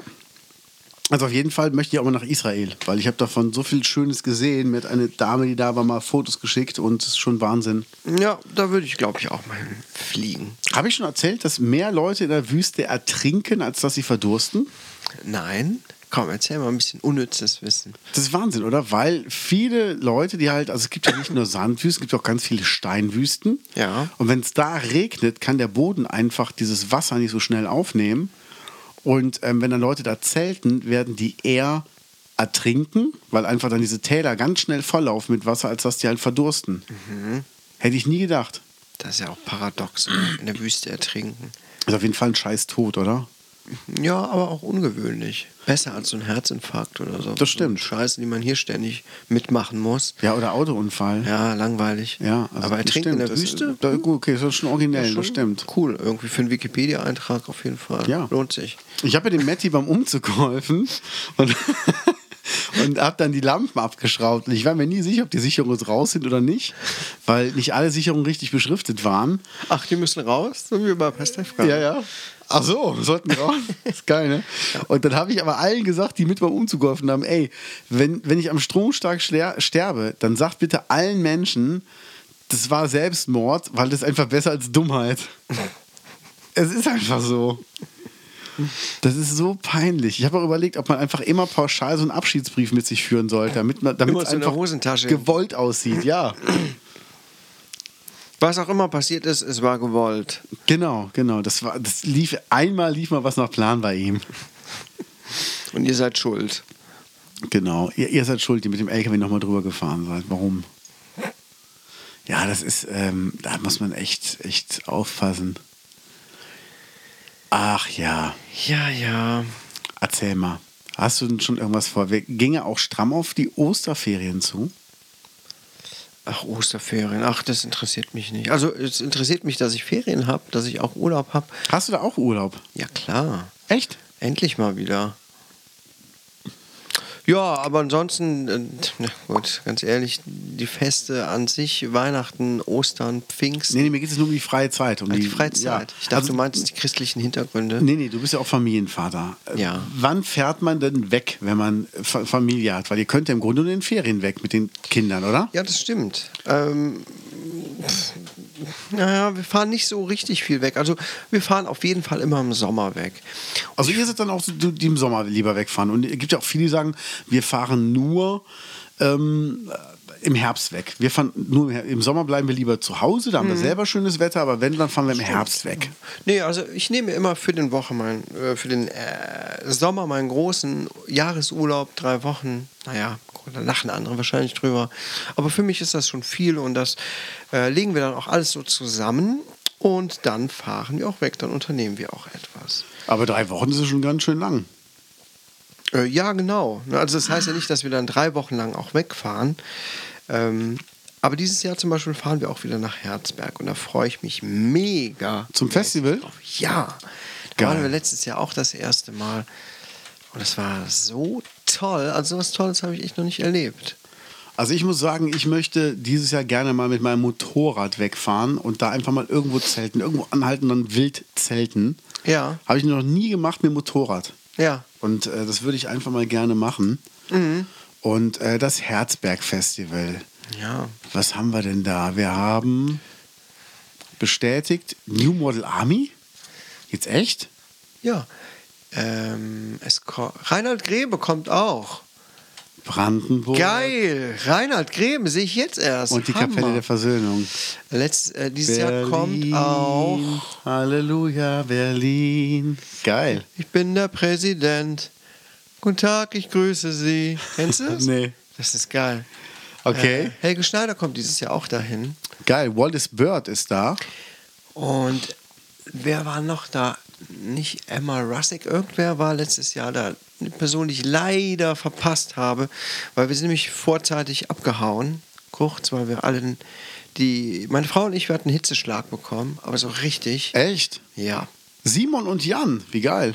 S2: Also auf jeden Fall möchte ich auch mal nach Israel, weil ich habe davon so viel Schönes gesehen. Mir hat eine Dame, die da war, mal Fotos geschickt und es ist schon Wahnsinn.
S1: Ja, da würde ich, glaube ich, auch mal fliegen.
S2: Habe ich schon erzählt, dass mehr Leute in der Wüste ertrinken, als dass sie verdursten?
S1: Nein. Komm, erzähl mal ein bisschen unnützes Wissen.
S2: Das ist Wahnsinn, oder? Weil viele Leute, die halt, also es gibt ja nicht nur Sandwüsten, es gibt auch ganz viele Steinwüsten.
S1: Ja.
S2: Und wenn es da regnet, kann der Boden einfach dieses Wasser nicht so schnell aufnehmen. Und ähm, wenn dann Leute da zelten, werden die eher ertrinken, weil einfach dann diese Täler ganz schnell volllaufen mit Wasser, als dass die halt verdursten. Hätte ich nie gedacht.
S1: Das ist ja auch paradox, oder? in der Wüste ertrinken.
S2: Ist auf jeden Fall ein scheiß Tod, oder?
S1: Ja, aber auch ungewöhnlich. Besser als so ein Herzinfarkt oder so.
S2: Das stimmt.
S1: So Scheiße, die man hier ständig mitmachen muss.
S2: Ja, oder Autounfall.
S1: Ja, langweilig.
S2: Ja, also
S1: aber ertrinken in
S2: stimmt,
S1: der
S2: das-
S1: Wüste?
S2: Da, gut, okay, das ist schon originell, das stimmt.
S1: Cool, irgendwie für einen Wikipedia-Eintrag auf jeden Fall.
S2: Ja.
S1: Lohnt sich.
S2: Ich habe ja dem Matti beim Umzug geholfen und, und habe dann die Lampen abgeschraubt. Und ich war mir nie sicher, ob die Sicherungen raus sind oder nicht, weil nicht alle Sicherungen richtig beschriftet waren.
S1: Ach, die müssen raus, so wie bei Pestefka.
S2: Ja, ja. Ach so, sollten raus. Ist geil, ne? Und dann habe ich aber allen gesagt, die mit beim Umzug geholfen haben, ey, wenn, wenn ich am Stromstag schler- sterbe, dann sagt bitte allen Menschen, das war Selbstmord, weil das ist einfach besser als Dummheit. es ist einfach so. Das ist so peinlich. Ich habe auch überlegt, ob man einfach immer pauschal so einen Abschiedsbrief mit sich führen sollte, damit man damit
S1: Immer
S2: es
S1: so in der
S2: einfach
S1: Hosentasche.
S2: gewollt aussieht, ja.
S1: Was auch immer passiert ist, es war gewollt.
S2: Genau, genau. Das war, das lief einmal lief mal was nach Plan bei ihm.
S1: Und ihr seid schuld.
S2: Genau. Ihr, ihr seid schuld, die mit dem LKW nochmal drüber gefahren seid. Warum? Ja, das ist, ähm, da muss man echt, echt aufpassen. Ach ja,
S1: Ja, ja.
S2: erzähl mal. Hast du denn schon irgendwas vor? Wir gingen auch stramm auf die Osterferien zu.
S1: Ach, Osterferien. Ach, das interessiert mich nicht. Also, es interessiert mich, dass ich Ferien habe, dass ich auch Urlaub habe.
S2: Hast du da auch Urlaub?
S1: Ja, klar.
S2: Echt?
S1: Endlich mal wieder. Ja, aber ansonsten, äh, na gut, ganz ehrlich, die Feste an sich, Weihnachten, Ostern, Pfingsten,
S2: Nee, nee, mir geht es nur um die freie Zeit. Um
S1: die Freizeit.
S2: Ja. Also
S1: Ich dachte, du meinst die christlichen Hintergründe.
S2: Nee, nee, du bist ja auch Familienvater. Äh,
S1: Ja.
S2: Wann fährt man denn weg, wenn man Fa- Familie hat? Weil ihr könnt ja im Grunde nur in den Ferien weg mit den Kindern, oder?
S1: Ja, das stimmt. Ähm, pff, naja, wir fahren nicht so richtig viel weg. Also wir fahren auf jeden Fall immer im Sommer weg.
S2: Also ihr seid dann auch, so, die die im Sommer lieber wegfahren. Und es gibt ja auch viele, die sagen, wir fahren nur ähm, äh, im Herbst weg. Wir fahren nur im, Her im Sommer bleiben wir lieber zu Hause, da haben wir selber schönes Wetter, aber wenn, dann fahren wir im Herbst weg.
S1: Nee, also ich nehme immer für den Woche mein, äh, für den äh, Sommer meinen großen Jahresurlaub, drei Wochen. Naja, gut, da lachen andere wahrscheinlich drüber. Aber für mich ist das schon viel und das äh, legen wir dann auch alles so zusammen und dann fahren wir auch weg, dann unternehmen wir auch etwas.
S2: Aber drei Wochen ist schon ganz schön lang.
S1: Äh, ja, genau. Ne, Also das heißt ja nicht, dass wir dann drei Wochen lang auch wegfahren. Ähm, aber dieses Jahr zum Beispiel fahren wir auch wieder nach Herzberg und da freue ich mich mega.
S2: Zum Festival?
S1: Ja, da
S2: Geil.
S1: waren wir letztes Jahr auch das erste Mal und das war so toll. Also was Tolles habe ich echt noch nicht erlebt.
S2: Also ich muss sagen, ich möchte dieses Jahr gerne mal mit meinem Motorrad wegfahren und da einfach mal irgendwo zelten, irgendwo anhalten und dann wild zelten.
S1: Ja.
S2: Habe ich noch nie gemacht mit dem Motorrad.
S1: Ja,
S2: Und äh, das würde ich einfach mal gerne machen. Und äh, das Herzberg Festival.
S1: ja.
S2: Was haben wir denn da? Wir haben bestätigt New Model Army. Jetzt echt?
S1: Ja. Ähm, es ko- Reinhard Grebe kommt auch.
S2: Brandenburg.
S1: Geil! Reinhard Grebe sehe ich jetzt erst.
S2: Oh. Und die
S1: Hammer.
S2: Kapelle der Versöhnung.
S1: Letzt, äh, dieses Jahr kommt auch
S2: Halleluja, Berlin. Geil.
S1: Ich bin der Präsident. Guten Tag, ich grüße Sie. Kennst du das?
S2: Nee.
S1: Das ist geil.
S2: Okay.
S1: Äh, Helge Schneider kommt dieses Jahr auch dahin.
S2: Geil, Wallace Bird ist da.
S1: Und wer war noch da? Nicht Emma Russick, irgendwer war letztes Jahr da. Eine Person, die ich leider verpasst habe, weil wir sind nämlich vorzeitig abgehauen. Kurz, weil wir alle, den- die, meine Frau und ich, wir hatten einen Hitzeschlag bekommen, aber so richtig. äh,
S2: Echt?
S1: Ja.
S2: Simon und Jan, wie geil.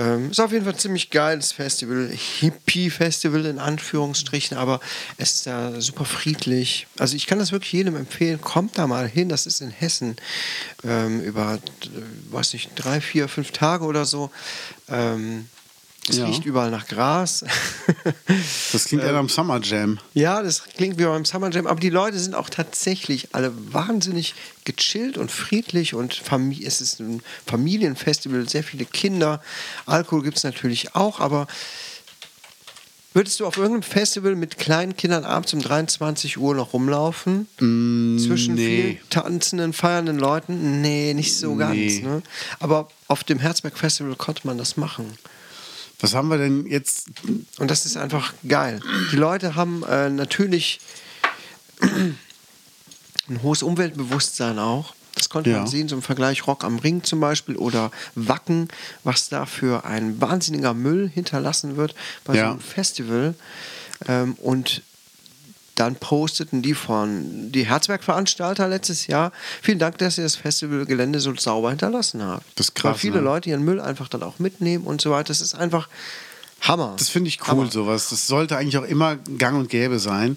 S1: Ähm, ist auf jeden Fall ein ziemlich geiles Festival, Hippie-Festival in Anführungsstrichen, aber es ist da super friedlich. Also ich kann das wirklich jedem empfehlen, kommt da mal hin, das ist in Hessen ähm, über, äh, weiß nicht, drei, vier, fünf Tage oder so. Ähm, es
S2: Ja.
S1: riecht überall nach Gras.
S2: Das
S1: Ähm.
S2: klingt eher am Summer Jam.
S1: Ja, das klingt wie beim Summer Jam, aber die Leute sind auch tatsächlich alle wahnsinnig gechillt und friedlich und Famili es ist ein Familienfestival, sehr viele Kinder. Alkohol gibt es natürlich auch, aber würdest du auf irgendeinem Festival mit kleinen Kindern abends um 23 Uhr noch rumlaufen? Zwischen
S2: Mm, nee. Mm,
S1: viel tanzenden, feiernden Leuten? Nee, nicht so
S2: Nee.
S1: ganz. Ne? Aber auf dem Herzberg Festival konnte man das machen.
S2: Was haben wir denn jetzt?
S1: Und das ist einfach geil. Die Leute haben äh, natürlich ein hohes Umweltbewusstsein auch. Das konnte
S2: Ja.
S1: man sehen, so im Vergleich Rock am Ring zum Beispiel oder Wacken, was da für ein wahnsinniger Müll hinterlassen wird bei
S2: Ja.
S1: so einem Festival. Ähm, und dann posteten die von die Herzwerk-Veranstalter letztes Jahr, vielen Dank, dass ihr das Festivalgelände so sauber hinterlassen habt.
S2: Das ist
S1: Weil
S2: krass,
S1: viele
S2: ne?
S1: Leute ihren Müll einfach dann auch mitnehmen und so weiter. Das ist einfach Hammer.
S2: Das finde ich cool,
S1: Aber-
S2: sowas. Das sollte eigentlich auch immer gang und gäbe sein.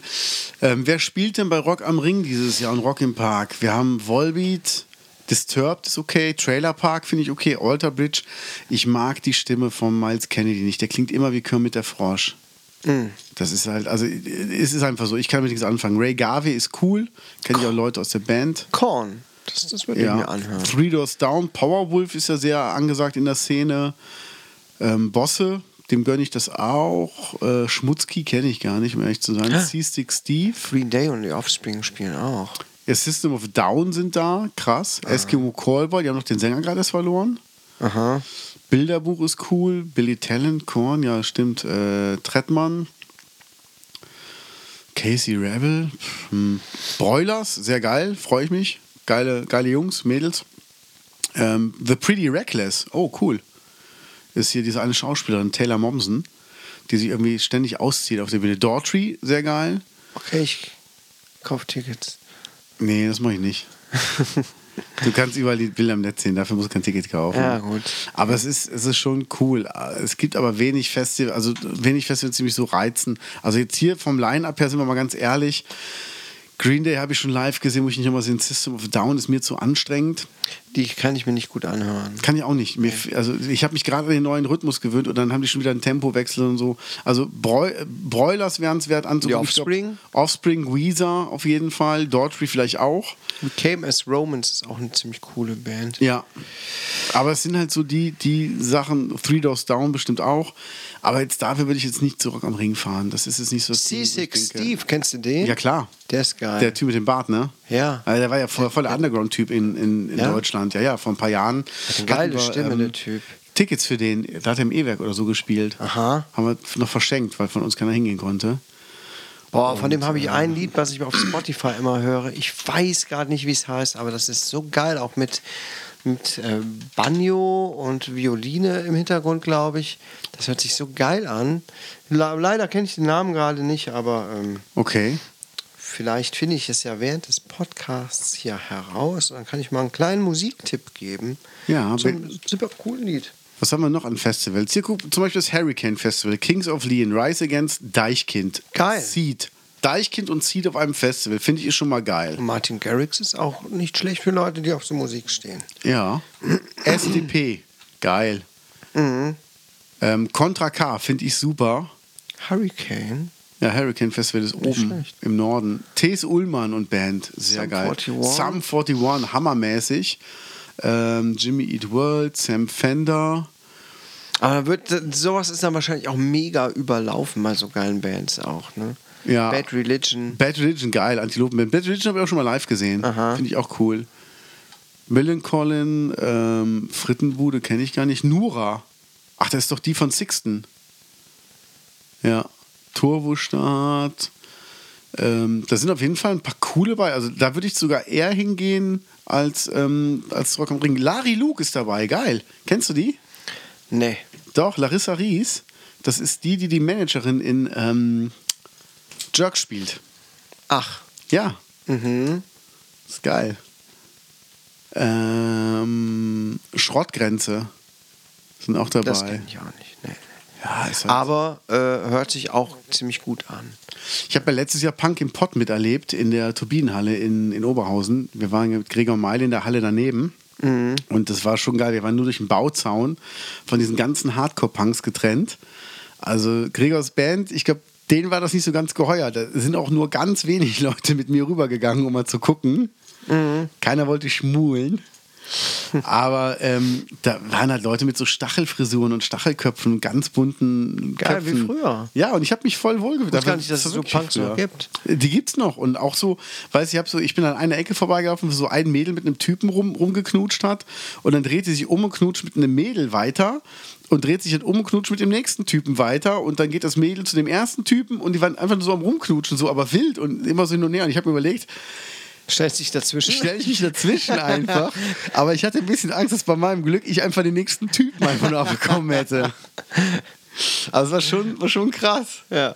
S2: Ähm, wer spielt denn bei Rock am Ring dieses Jahr und Rock im Park? Wir haben Volbeat, Disturbed ist okay, Trailer Park finde ich okay, Alter Bridge. Ich mag die Stimme von Miles Kennedy nicht. Der klingt immer wie Kermit der Frosch.
S1: hm,
S2: Das ist halt, also es ist einfach so, ich kann mit nichts anfangen. Ray Garvey ist cool, kenne ich auch Leute aus der Band.
S1: Korn. Das, das würde ich mir
S2: Ja.
S1: anhören.
S2: Three Doors Down, Powerwolf ist ja sehr angesagt in der Szene. Ähm, Bosse, dem gönne ich das auch. Äh, Schmutzki kenne ich gar nicht, um ehrlich zu sein.
S1: Ah.
S2: C-Stick Steve.
S1: Green Day und die Offspring spielen auch.
S2: Ja, System of Down sind da, krass. Eskimo Callboy, die haben noch den Sänger gerade erst verloren.
S1: Aha.
S2: Bilderbuch ist cool. Billy Talent, Korn, ja, stimmt. Äh, Trettmann. Casey Rebel. Hm. Broilers, sehr geil, freue ich mich. Geile, geile Jungs, Mädels. Ähm, The Pretty Reckless, oh cool. Ist hier diese eine Schauspielerin, Taylor Momsen, die sich irgendwie ständig auszieht auf der Bühne. Daughtry, sehr geil.
S1: Okay, ich kauf Tickets.
S2: Nee, das mache ich nicht. Du kannst überall die Bilder im Netz sehen, dafür musst du kein Ticket kaufen.
S1: Ja, gut.
S2: Aber es ist, es ist schon cool. Es gibt aber wenig Festivals, also wenig Festivals, die mich so reizen. Also jetzt hier vom Line-Up her sind wir mal ganz ehrlich. Green Day habe ich schon live gesehen, muss ich nicht nochmal sehen. System of a Down ist mir zu anstrengend.
S1: Die kann ich mir nicht gut anhören.
S2: Kann ich auch nicht. Mir, f- also ich habe mich gerade an den neuen Rhythmus gewöhnt und dann haben die schon wieder einen Tempowechsel und so. Also Breu, äh, Broilers wären es wert anzugucken.
S1: Die Offspring?
S2: Ich Glaub, Offspring, Weezer auf jeden Fall, Daughtry vielleicht auch.
S1: We Came as Romans ist auch eine ziemlich coole Band.
S2: Ja. Aber es sind halt so die, die Sachen, Three Doors Down bestimmt auch. Aber jetzt dafür würde ich jetzt nicht zurück am Ring fahren. Das ist jetzt nicht so. das Ding, wo ich
S1: C6
S2: denke-
S1: Steve, ne? kennst du den?
S2: Ja, klar.
S1: Der ist geil.
S2: Der Typ mit dem Bart, ne?
S1: Ja.
S2: Also der war ja voll, voll der Underground-Typ in, in, in
S1: Ja?
S2: Deutschland. Ja, ja, vor ein paar Jahren.
S1: eine geile
S2: Hatten wir, ähm,
S1: Stimme, der Typ.
S2: Tickets für den, da hat er im E-Werk oder so gespielt.
S1: Aha.
S2: Haben wir noch verschenkt, weil von uns keiner hingehen konnte. äh,
S1: Boah, Oh, von dem habe ich ein Lied, was ich auf Spotify immer höre. Ich weiß gerade nicht, wie es heißt, aber das ist so geil, auch mit, mit äh, Banjo und Violine im Hintergrund, glaube ich. Das hört sich so geil an. Le Leider kenne ich den Namen gerade nicht, aber ähm,
S2: Okay.
S1: vielleicht finde ich es ja während des Podcasts hier heraus. Dann kann ich mal einen kleinen Musiktipp geben.
S2: Ja,
S1: so
S2: bin-
S1: ein super coolen Lied.
S2: Was haben wir noch an Festivals? Hier guck zum Beispiel das Hurricane Festival, Kings of Leon, Rise Against, Deichkind,
S1: Geil.
S2: Seed. Deichkind und Seed auf einem Festival, finde ich ist schon mal geil.
S1: Und Martin Garrix ist auch nicht schlecht für Leute, die auf so Musik stehen.
S2: Ja. SDP, geil.
S1: Mhm.
S2: Ähm, Contra K finde ich super.
S1: Hurricane.
S2: Ja, Hurricane Festival ist oben
S1: schlecht.
S2: im Norden. Thes Ullmann und Band, sehr
S1: Sum
S2: geil.
S1: 41.
S2: Sum 41, hammermäßig. Ähm, Jimmy Eat World, Sam Fender.
S1: Aber wird, sowas ist dann wahrscheinlich auch mega überlaufen bei so geilen Bands auch, ne?
S2: Ja.
S1: Bad Religion.
S2: Bad Religion, geil, Antilopenband. Bad Religion habe ich auch schon mal live gesehen.
S1: Aha.
S2: Finde ich auch cool. Millencolin, ähm, Frittenbude kenne ich gar nicht. Nura. Ach, das ist doch die von Sixten. Ja. Turbostaat. Ähm, da sind auf jeden Fall ein paar coole bei. Also da würde ich sogar eher hingehen als, ähm, als Rock am Ring. Lari Luke ist dabei, geil. Kennst du die?
S1: Nee.
S2: Doch, Larissa Ries. Das ist die, die die Managerin in ähm, Jerk spielt.
S1: Ach.
S2: Ja,
S1: Mhm.
S2: ist geil. Ähm, Schrottgrenze sind auch dabei.
S1: Das kenne ich auch nicht. Nee.
S2: Ja, ist halt
S1: Aber äh, hört sich auch ziemlich gut an.
S2: ich habe ja letztes Jahr Punk im Pott miterlebt in der Turbinenhalle in, in Oberhausen. Wir waren ja mit Gregor Meile in der Halle daneben.
S1: Mhm.
S2: Und das war schon geil. Wir waren nur durch den Bauzaun von diesen ganzen Hardcore-Punks getrennt. Also Gregors Band, ich glaube, denen war das nicht so ganz geheuer. Da sind auch nur ganz wenig Leute mit mir rübergegangen, um mal zu gucken.
S1: Mhm.
S2: Keiner wollte schmulen.
S1: Hm.
S2: Aber ähm, da waren halt Leute mit so Stachelfrisuren und Stachelköpfen, ganz bunten
S1: Geil, wie
S2: Köpfen.
S1: früher.
S2: Ja, und ich habe mich voll wohlgefühlt.
S1: wusste gar
S2: Da
S1: nicht, dass es
S2: war
S1: so
S2: wirklich
S1: Punks noch
S2: früher.
S1: gibt.
S2: Die gibt's noch. Und auch so, weiß ich, hab so, ich bin an einer Ecke vorbeigelaufen, wo so ein Mädel mit einem Typen rum, rumgeknutscht hat. Und dann dreht sie sich um und knutscht mit einem Mädel weiter. Und dreht sich dann um und knutscht mit dem nächsten Typen weiter. Und dann geht das Mädel zu dem ersten Typen. Und die waren einfach nur so am Rumknutschen, so aber wild und immer so hin und her. Und ich habe mir überlegt,
S1: Stellt sich dazwischen.
S2: stelle ich mich dazwischen einfach. Aber ich hatte ein bisschen Angst, dass bei meinem Glück ich einfach den nächsten Typen einfach nur abbekommen hätte. Also es war schon, war schon krass.
S1: Ja.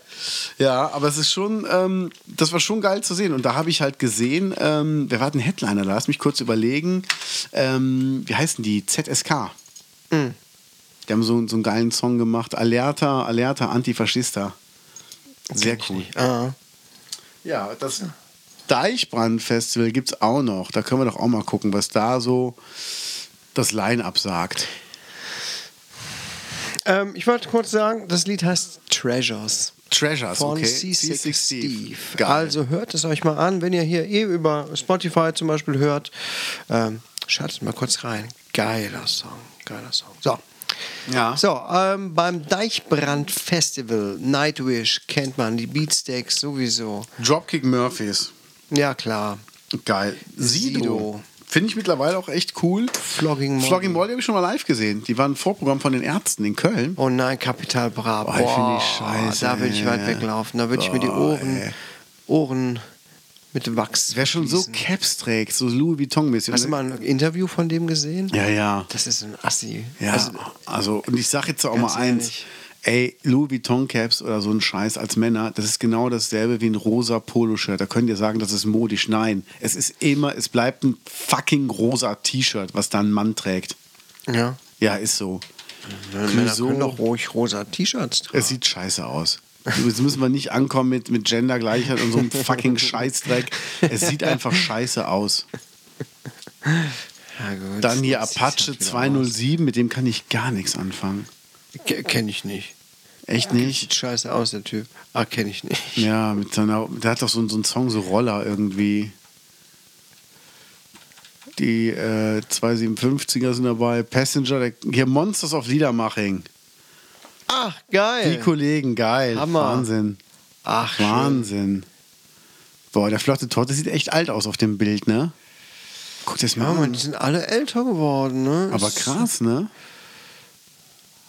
S2: Ja, aber es ist schon, ähm, das war schon geil zu sehen. Und da habe ich halt gesehen, ähm, wer war denn Headliner? da? Lass mich kurz überlegen. Ähm, wie heißen die? ZSK. Die haben so, so einen geilen Song gemacht. Alerta, Alerta, Antifaschista. Sehr cool.
S1: Ah.
S2: Ja, das Deichbrand-Festival gibt es auch noch. Da können wir doch auch mal gucken, was da so das Line-Up sagt.
S1: Ähm, ich wollte kurz sagen, das Lied heißt Treasures.
S2: Treasures,
S1: von
S2: okay.
S1: C6,
S2: C6
S1: Steve.
S2: Geil.
S1: Also hört es euch mal an, wenn ihr hier eh über Spotify zum Beispiel hört. Ähm, schaltet mal kurz rein. Geiler Song, geiler Song. So.
S2: Ja.
S1: So, ähm, beim Deichbrand Festival, Nightwish kennt man, die Beatsteaks sowieso.
S2: Dropkick Murphys.
S1: Ja, klar.
S2: Geil. Sido. Finde ich mittlerweile auch echt cool.
S1: Flogging Molly.
S2: Flogging Molly habe ich schon mal live gesehen. Die waren ein Vorprogramm von den Ärzten in Köln.
S1: Oh nein, Kapital Bra.
S2: Oh,
S1: Boah,
S2: ich find die scheiße,
S1: Da würde ich
S2: ey.
S1: weit weglaufen. Da würde ich mir die
S2: Boah,
S1: Ohren,
S2: ey.
S1: Ohren mit Wachs.
S2: Wer schon so
S1: gießen.
S2: Caps trägt, so Louis Vuitton-mäßig.
S1: Hast du mal ein Interview von dem gesehen?
S2: Ja, ja.
S1: Das ist ein Assi.
S2: Ja, also,
S1: Also,
S2: und ich sage jetzt auch
S1: Ganz
S2: mal eins.
S1: ehrlich.
S2: Ey, Louis Vuitton Caps oder so ein Scheiß als Männer, das ist genau dasselbe wie ein rosa Poloshirt. Da könnt ihr sagen, das ist modisch. Nein, es ist immer, es bleibt ein fucking rosa T-Shirt, was da ein Mann trägt.
S1: ja.
S2: Ja, ist so.
S1: Männer
S2: Wieso?
S1: können doch ruhig rosa T-Shirts tragen.
S2: Es sieht scheiße aus. Jetzt müssen wir nicht ankommen mit, mit Gendergleichheit und so einem fucking Scheißdreck. Es sieht einfach scheiße aus.
S1: Ja, gut.
S2: Dann hier
S1: Das sieht
S2: Apache
S1: halt wieder
S2: 207, mit dem kann ich gar nichts anfangen.
S1: aus. Ke- Kenn ich nicht.
S2: Echt
S1: Sieht
S2: nicht?
S1: scheiße aus, der Typ. Ah, kenn ich nicht.
S2: Ja, mit seiner, der hat doch so, so einen Song, so Roller irgendwie. Die äh, 257er sind dabei, Passenger, der, hier Monsters of Liedermaching.
S1: Ach, geil.
S2: Die Kollegen, geil.
S1: Hammer.
S2: Wahnsinn.
S1: Ach, schön.
S2: Wahnsinn. Boah, der flotte Torte sieht echt alt aus auf dem Bild, ne? Guck das mal
S1: Ja, man,
S2: an.
S1: die sind alle älter geworden, ne?
S2: Aber
S1: Ist-
S2: krass, ne?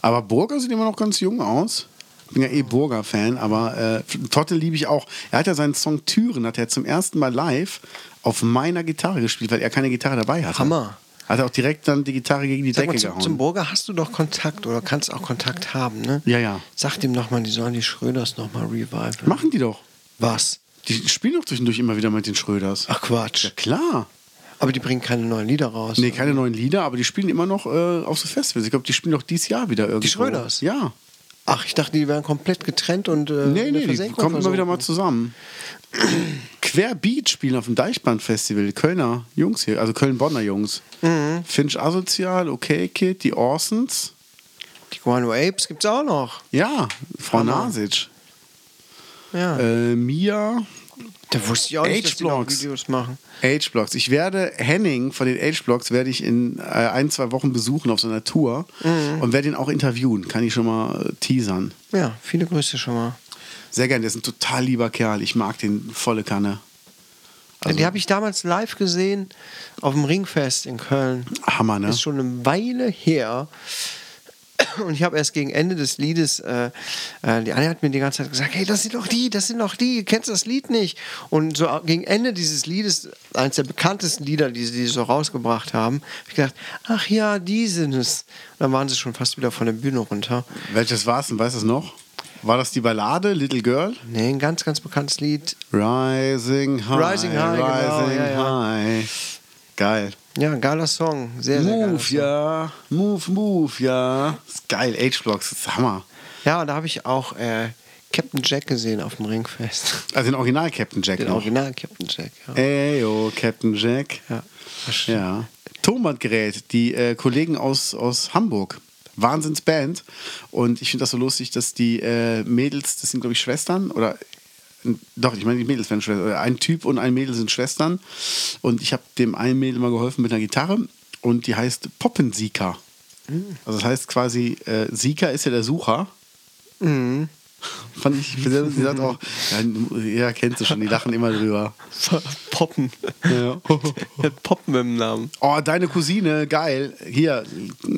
S2: Aber Burger sieht immer noch ganz jung aus. Ich bin ja eh Burger-Fan, aber äh, Totte liebe ich auch. Er hat ja seinen Song Türen, hat er zum ersten Mal live auf meiner Gitarre gespielt, weil er keine Gitarre dabei hatte.
S1: Hammer.
S2: Hat er auch direkt dann die Gitarre gegen die
S1: Sag mal,
S2: Decke
S1: zum,
S2: gehauen.
S1: zum Burger hast du doch Kontakt oder kannst auch Kontakt haben, ne?
S2: Ja, ja.
S1: Sag dem nochmal, die sollen die Schröders nochmal reviven.
S2: Machen die doch.
S1: Was?
S2: Die spielen doch zwischendurch immer wieder mit den Schröders.
S1: Ach Quatsch.
S2: Klar.
S1: Aber die bringen keine neuen Lieder raus.
S2: Nee, keine neuen Lieder, aber die spielen immer noch äh, auf so Festivals. Ich glaube, die spielen doch dieses Jahr wieder irgendwo.
S1: Schröders?
S2: Ja.
S1: Ach, ich dachte, die wären komplett getrennt und. Äh,
S2: Nee,
S1: in der
S2: nee, die
S1: Versenkung
S2: kommen immer wieder
S1: versunken.
S2: mal zusammen. Querbeat spielen auf dem Deichband-Festival. Kölner Jungs hier, also Köln-Bonner Jungs.
S1: Mhm. Hm?
S2: Finch Asozial, Okay Kid, die Orsons.
S1: Die Guano Apes gibt's auch noch.
S2: Ja, Frau
S1: Hammer. Ah.
S2: Nasic.
S1: Ja.
S2: Äh, Mia,
S1: da wusste ich auch nicht, dass die noch
S2: H-Blocks.
S1: Videos machen.
S2: H-Blocks. Ich werde Henning von den H-Blocks werde ich in äh, ein, zwei Wochen besuchen auf so einer Tour
S1: Mhm.
S2: und werde ihn auch interviewen. Kann ich schon mal äh, teasern.
S1: Ja, viele Grüße schon mal.
S2: Sehr gerne, der ist ein total lieber Kerl. Ich mag den volle Kanne. Also
S1: die habe ich damals live gesehen auf dem Ringfest in Köln.
S2: Hammer, ne?
S1: Ist schon eine Weile her. Und ich habe erst gegen Ende des Liedes, äh, äh, die Anne hat mir die ganze Zeit gesagt, hey, das sind doch die, das sind doch die, kennst du das Lied nicht? Und so gegen Ende dieses Liedes, eines der bekanntesten Lieder, die sie so rausgebracht haben, habe ich gedacht, ach ja, die sind es. Und dann waren sie schon fast wieder von der Bühne runter.
S2: Welches war es denn? Weißt du es noch? War das die Ballade Little Girl?
S1: Nee, ein ganz, ganz bekanntes Lied.
S2: Rising High.
S1: Rising High, genau,
S2: Rising
S1: ja, ja.
S2: High. Geil.
S1: Ja, ein geiler Song. Sehr, sehr geiler
S2: move,
S1: Song.
S2: ja. Move, move, ja. Ist geil. H-Blocks, ist Hammer.
S1: Ja, da habe ich auch äh, Captain Jack gesehen auf dem Ringfest.
S2: Also den Original Captain Jack.
S1: Den
S2: noch.
S1: Original Captain Jack. Ja.
S2: Ey, oh, Captain Jack.
S1: Ja, das stimmt.
S2: Ja. Tomatgerät, die äh, Kollegen aus, aus Hamburg. Wahnsinnsband. Und ich finde das so lustig, dass die äh, Mädels, das sind, glaube ich, Schwestern oder. Doch, ich meine, die Mädels werden Schwestern. oder Ein Typ und ein Mädel sind Schwestern. Und ich habe dem einen Mädel mal geholfen mit einer Gitarre. Und die heißt Poppensieker. Also, das heißt quasi, äh, Sieker ist ja der Sucher. Fand ich, sie sagt auch, ja, ja, kennst du schon, die lachen immer drüber.
S1: Poppen.
S2: Ja.
S1: Der hat Poppen im Namen.
S2: Oh, deine Cousine, geil. Hier,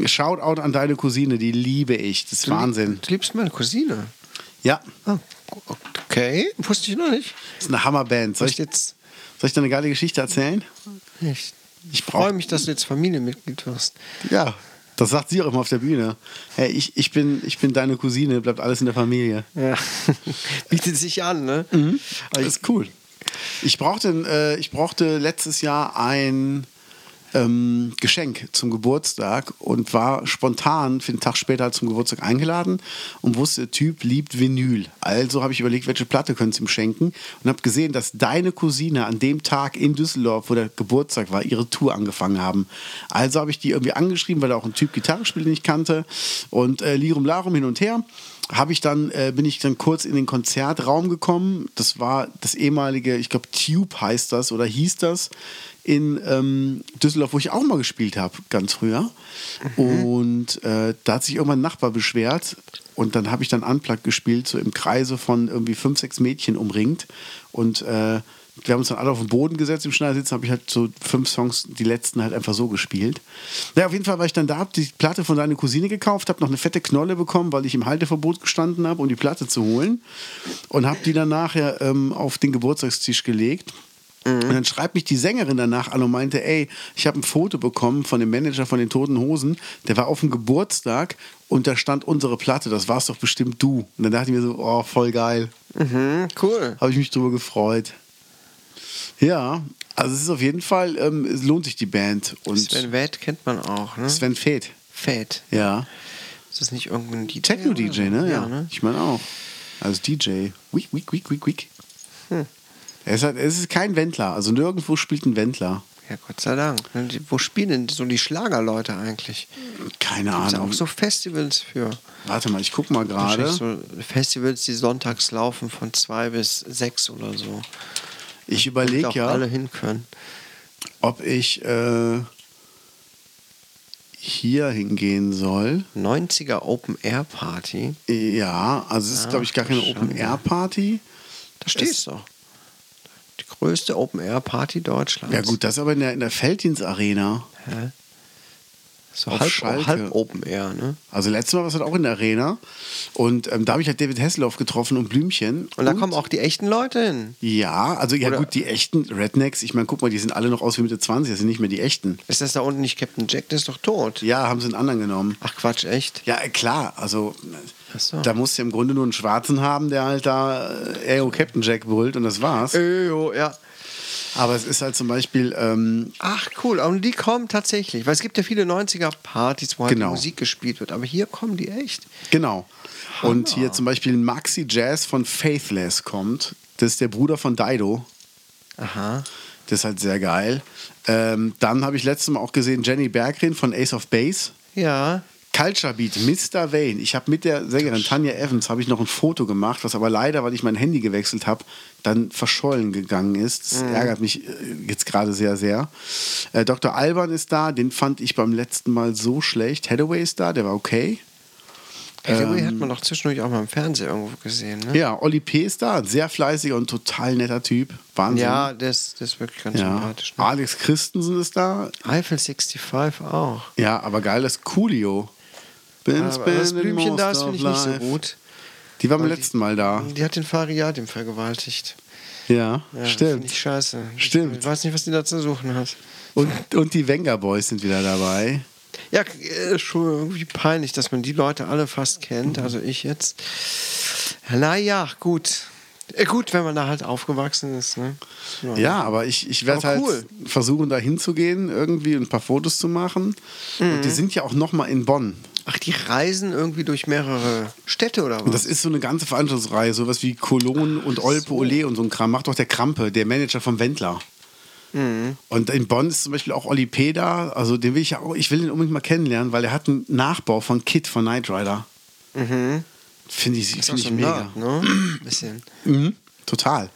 S2: Shoutout an deine Cousine, die liebe ich. Das ist Wahnsinn.
S1: Du liebst meine Cousine.
S2: Ja,
S1: Ah, okay, wusste ich noch nicht.
S2: das ist eine Hammerband. Soll ich,
S1: ich jetzt.
S2: soll ich dir eine geile Geschichte erzählen?
S1: Ich,
S2: Ich brauch-
S1: freue mich, dass du jetzt Familienmitglied wirst.
S2: Ja. Das sagt sie auch immer auf der Bühne. Hey, ich, ich, bin, ich bin deine Cousine, bleibt alles in der Familie.
S1: Ja. Bietet sich an, ne? Aber
S2: Das
S1: ich,
S2: ist cool. Ich brauchte, äh, ich brauchte letztes Jahr ein ähm, Geschenk zum Geburtstag und war spontan für den Tag später halt zum Geburtstag eingeladen und wusste, der Typ liebt Vinyl. Also habe ich überlegt, welche Platte können sie ihm schenken und habe gesehen, dass deine Cousine an dem Tag in Düsseldorf, wo der Geburtstag war, ihre Tour angefangen haben. Also habe ich die irgendwie angeschrieben, weil da auch ein Typ Gitarre spielt, den ich kannte und äh, Lirum Larum hin und her habe ich dann, äh, bin ich dann kurz in den Konzertraum gekommen. Das war das ehemalige, ich glaube, Tube heißt das oder hieß das in ähm, Düsseldorf, wo ich auch mal gespielt habe, ganz früher. Und äh, da hat sich irgendwann ein Nachbar beschwert. Und dann habe ich dann Unplugged gespielt, so im Kreise von irgendwie fünf, sechs Mädchen umringt. Und äh, wir haben uns dann alle auf den Boden gesetzt im Schneidersitz, habe ich halt so fünf Songs, die letzten halt einfach so gespielt. Naja, auf jeden Fall war ich dann da, habe die Platte von deiner Cousine gekauft, habe noch eine fette Knolle bekommen, weil ich im Halteverbot gestanden habe, um die Platte zu holen und habe die dann nachher ähm, auf den Geburtstagstisch gelegt. Und dann schreibt mich die Sängerin danach an und meinte, ey, ich habe ein Foto bekommen von dem Manager von den Toten Hosen, der war auf dem Geburtstag und da stand unsere Platte, das warst doch bestimmt du. Und dann dachte ich mir so, oh, voll geil.
S1: Mhm, cool.
S2: Habe ich mich drüber gefreut. Ja, also es ist auf jeden Fall, ähm, es lohnt sich die Band. Und Sven, ne?
S1: Sven Wett kennt man auch, ne?
S2: Sven Feth.
S1: Fett.
S2: Ja.
S1: Ist das nicht irgendein DJ?
S2: Techno-DJ,
S1: oder so?
S2: ne? Ja. Ich meine auch. Also DJ. Wick, wick, wick, wick, wick.
S1: Hm.
S2: Er ist, halt, es ist kein Wendler. Also nirgendwo spielt ein Wendler.
S1: Ja, Gott sei Dank. Ne, die- Wo spielen denn so die Schlagerleute eigentlich?
S2: Keine
S1: Gibt es
S2: Ahnung.
S1: auch so Festivals für?
S2: Warte mal, ich guck mal gerade.
S1: Wahrscheinlich So Festivals, die sonntags laufen von zwei bis sechs oder so.
S2: Ich
S1: Damit
S2: überlege
S1: auch
S2: ja,
S1: alle hin können.
S2: ob ich äh, hier hingehen soll.
S1: 90er Open Air Party.
S2: Ja, also es ist,
S1: Ah,
S2: glaube ich, gar keine
S1: schon.
S2: Open-Air-Party.
S1: Da steht's doch. Die größte Open Air Party Deutschlands.
S2: Ja gut, das ist aber in der, in der Felddienstarena.
S1: Hä? So
S2: Auf
S1: halb,
S2: Schalke.
S1: halb Open Air, ne?
S2: Also letztes Mal war es halt auch in der Arena. Und ähm, da habe ich halt David Hasselhoff getroffen und Blümchen.
S1: Und da kommen auch die echten Leute hin.
S2: Ja, also ja
S1: Oder-
S2: gut, die echten Rednecks, ich meine, guck mal, die sind alle noch aus wie Mitte 20, das sind nicht mehr die echten.
S1: Ist das da unten nicht Captain Jack? Der ist doch tot.
S2: Ja, haben sie einen anderen genommen.
S1: Ach Quatsch, echt?
S2: Ja, äh, klar, also
S1: Ach so.
S2: da musst du im Grunde nur einen Schwarzen haben, der halt da, äh, ey, oh, Captain Jack brüllt und das war's.
S1: Äh, jo, ja.
S2: Aber es ist halt zum Beispiel, ähm,
S1: Ach cool, und die kommen tatsächlich, weil es gibt ja viele 90er Partys, wo halt
S2: Genau.
S1: Musik gespielt wird, aber hier kommen die echt.
S2: genau. Und hier zum Beispiel Maxi Jazz von Faithless kommt. Das ist der Bruder von Dido.
S1: Aha.
S2: Das ist halt sehr geil. Ähm, dann habe ich letztes Mal auch gesehen Jenny Bergren von Ace of Base.
S1: Ja.
S2: Culture Beat, Mr. Wayne. Ich habe mit der Sängerin Tanja Evans habe ich noch ein Foto gemacht, was aber leider, weil ich mein Handy gewechselt habe, dann verschollen gegangen ist. Das
S1: Mhm.
S2: ärgert mich äh, jetzt gerade sehr, sehr. Äh, Dr. Alban ist da, den fand ich beim letzten Mal so schlecht. Hathaway ist da, der war okay. Ähm.
S1: Hathaway hat man doch zwischendurch auch mal im Fernsehen irgendwo gesehen, ne?
S2: Ja, Olli P. ist da, ein sehr fleißiger und total netter Typ. Wahnsinn.
S1: Ja, der ist, der ist wirklich ganz
S2: ja. Ah.
S1: sympathisch. Ne?
S2: Alex Christensen ist da.
S1: Eiffel 65 auch.
S2: Ja, aber geil, das Coolio. Been
S1: Aber das
S2: spending
S1: Blümchen da ist,
S2: most
S1: finde ich
S2: of
S1: nicht so
S2: life.
S1: gut.
S2: Die war beim
S1: Weil die-
S2: letzten Mal da.
S1: Die hat den Fariadim vergewaltigt.
S2: Ja,
S1: Ja, Finde
S2: stimmt.
S1: ich scheiße.
S2: Stimmt.
S1: Ich weiß nicht, was die da zu suchen hat.
S2: Und, und die Venga Boys sind wieder dabei.
S1: Ja, äh, schon irgendwie peinlich, dass man die Leute alle fast kennt. Also ich jetzt. Naja, gut. Äh, Gut, wenn man da halt aufgewachsen ist. Ne?
S2: Ja, aber ich, ich werde
S1: Aber
S2: halt
S1: cool.
S2: versuchen, da hinzugehen, irgendwie ein paar Fotos zu machen.
S1: Mhm.
S2: Und die sind ja auch nochmal in Bonn.
S1: Ach, die reisen irgendwie durch mehrere Städte oder
S2: Und
S1: was?
S2: das ist so eine ganze Veranstaltungsreihe, sowas wie Cologne und Olpe Ole und so ein Kram. Macht doch der Krampe, der Manager vom Wendler.
S1: Mhm.
S2: Und in Bonn ist zum Beispiel auch Olli P. da. Also den will ich ja auch, ich will den unbedingt mal kennenlernen, weil er hat einen Nachbau von Kid von Knight Rider. Finde ich,
S1: Mhm. ist
S2: find ich
S1: ein
S2: mega.
S1: Nerd, ne? Bisschen.
S2: Mhm, total.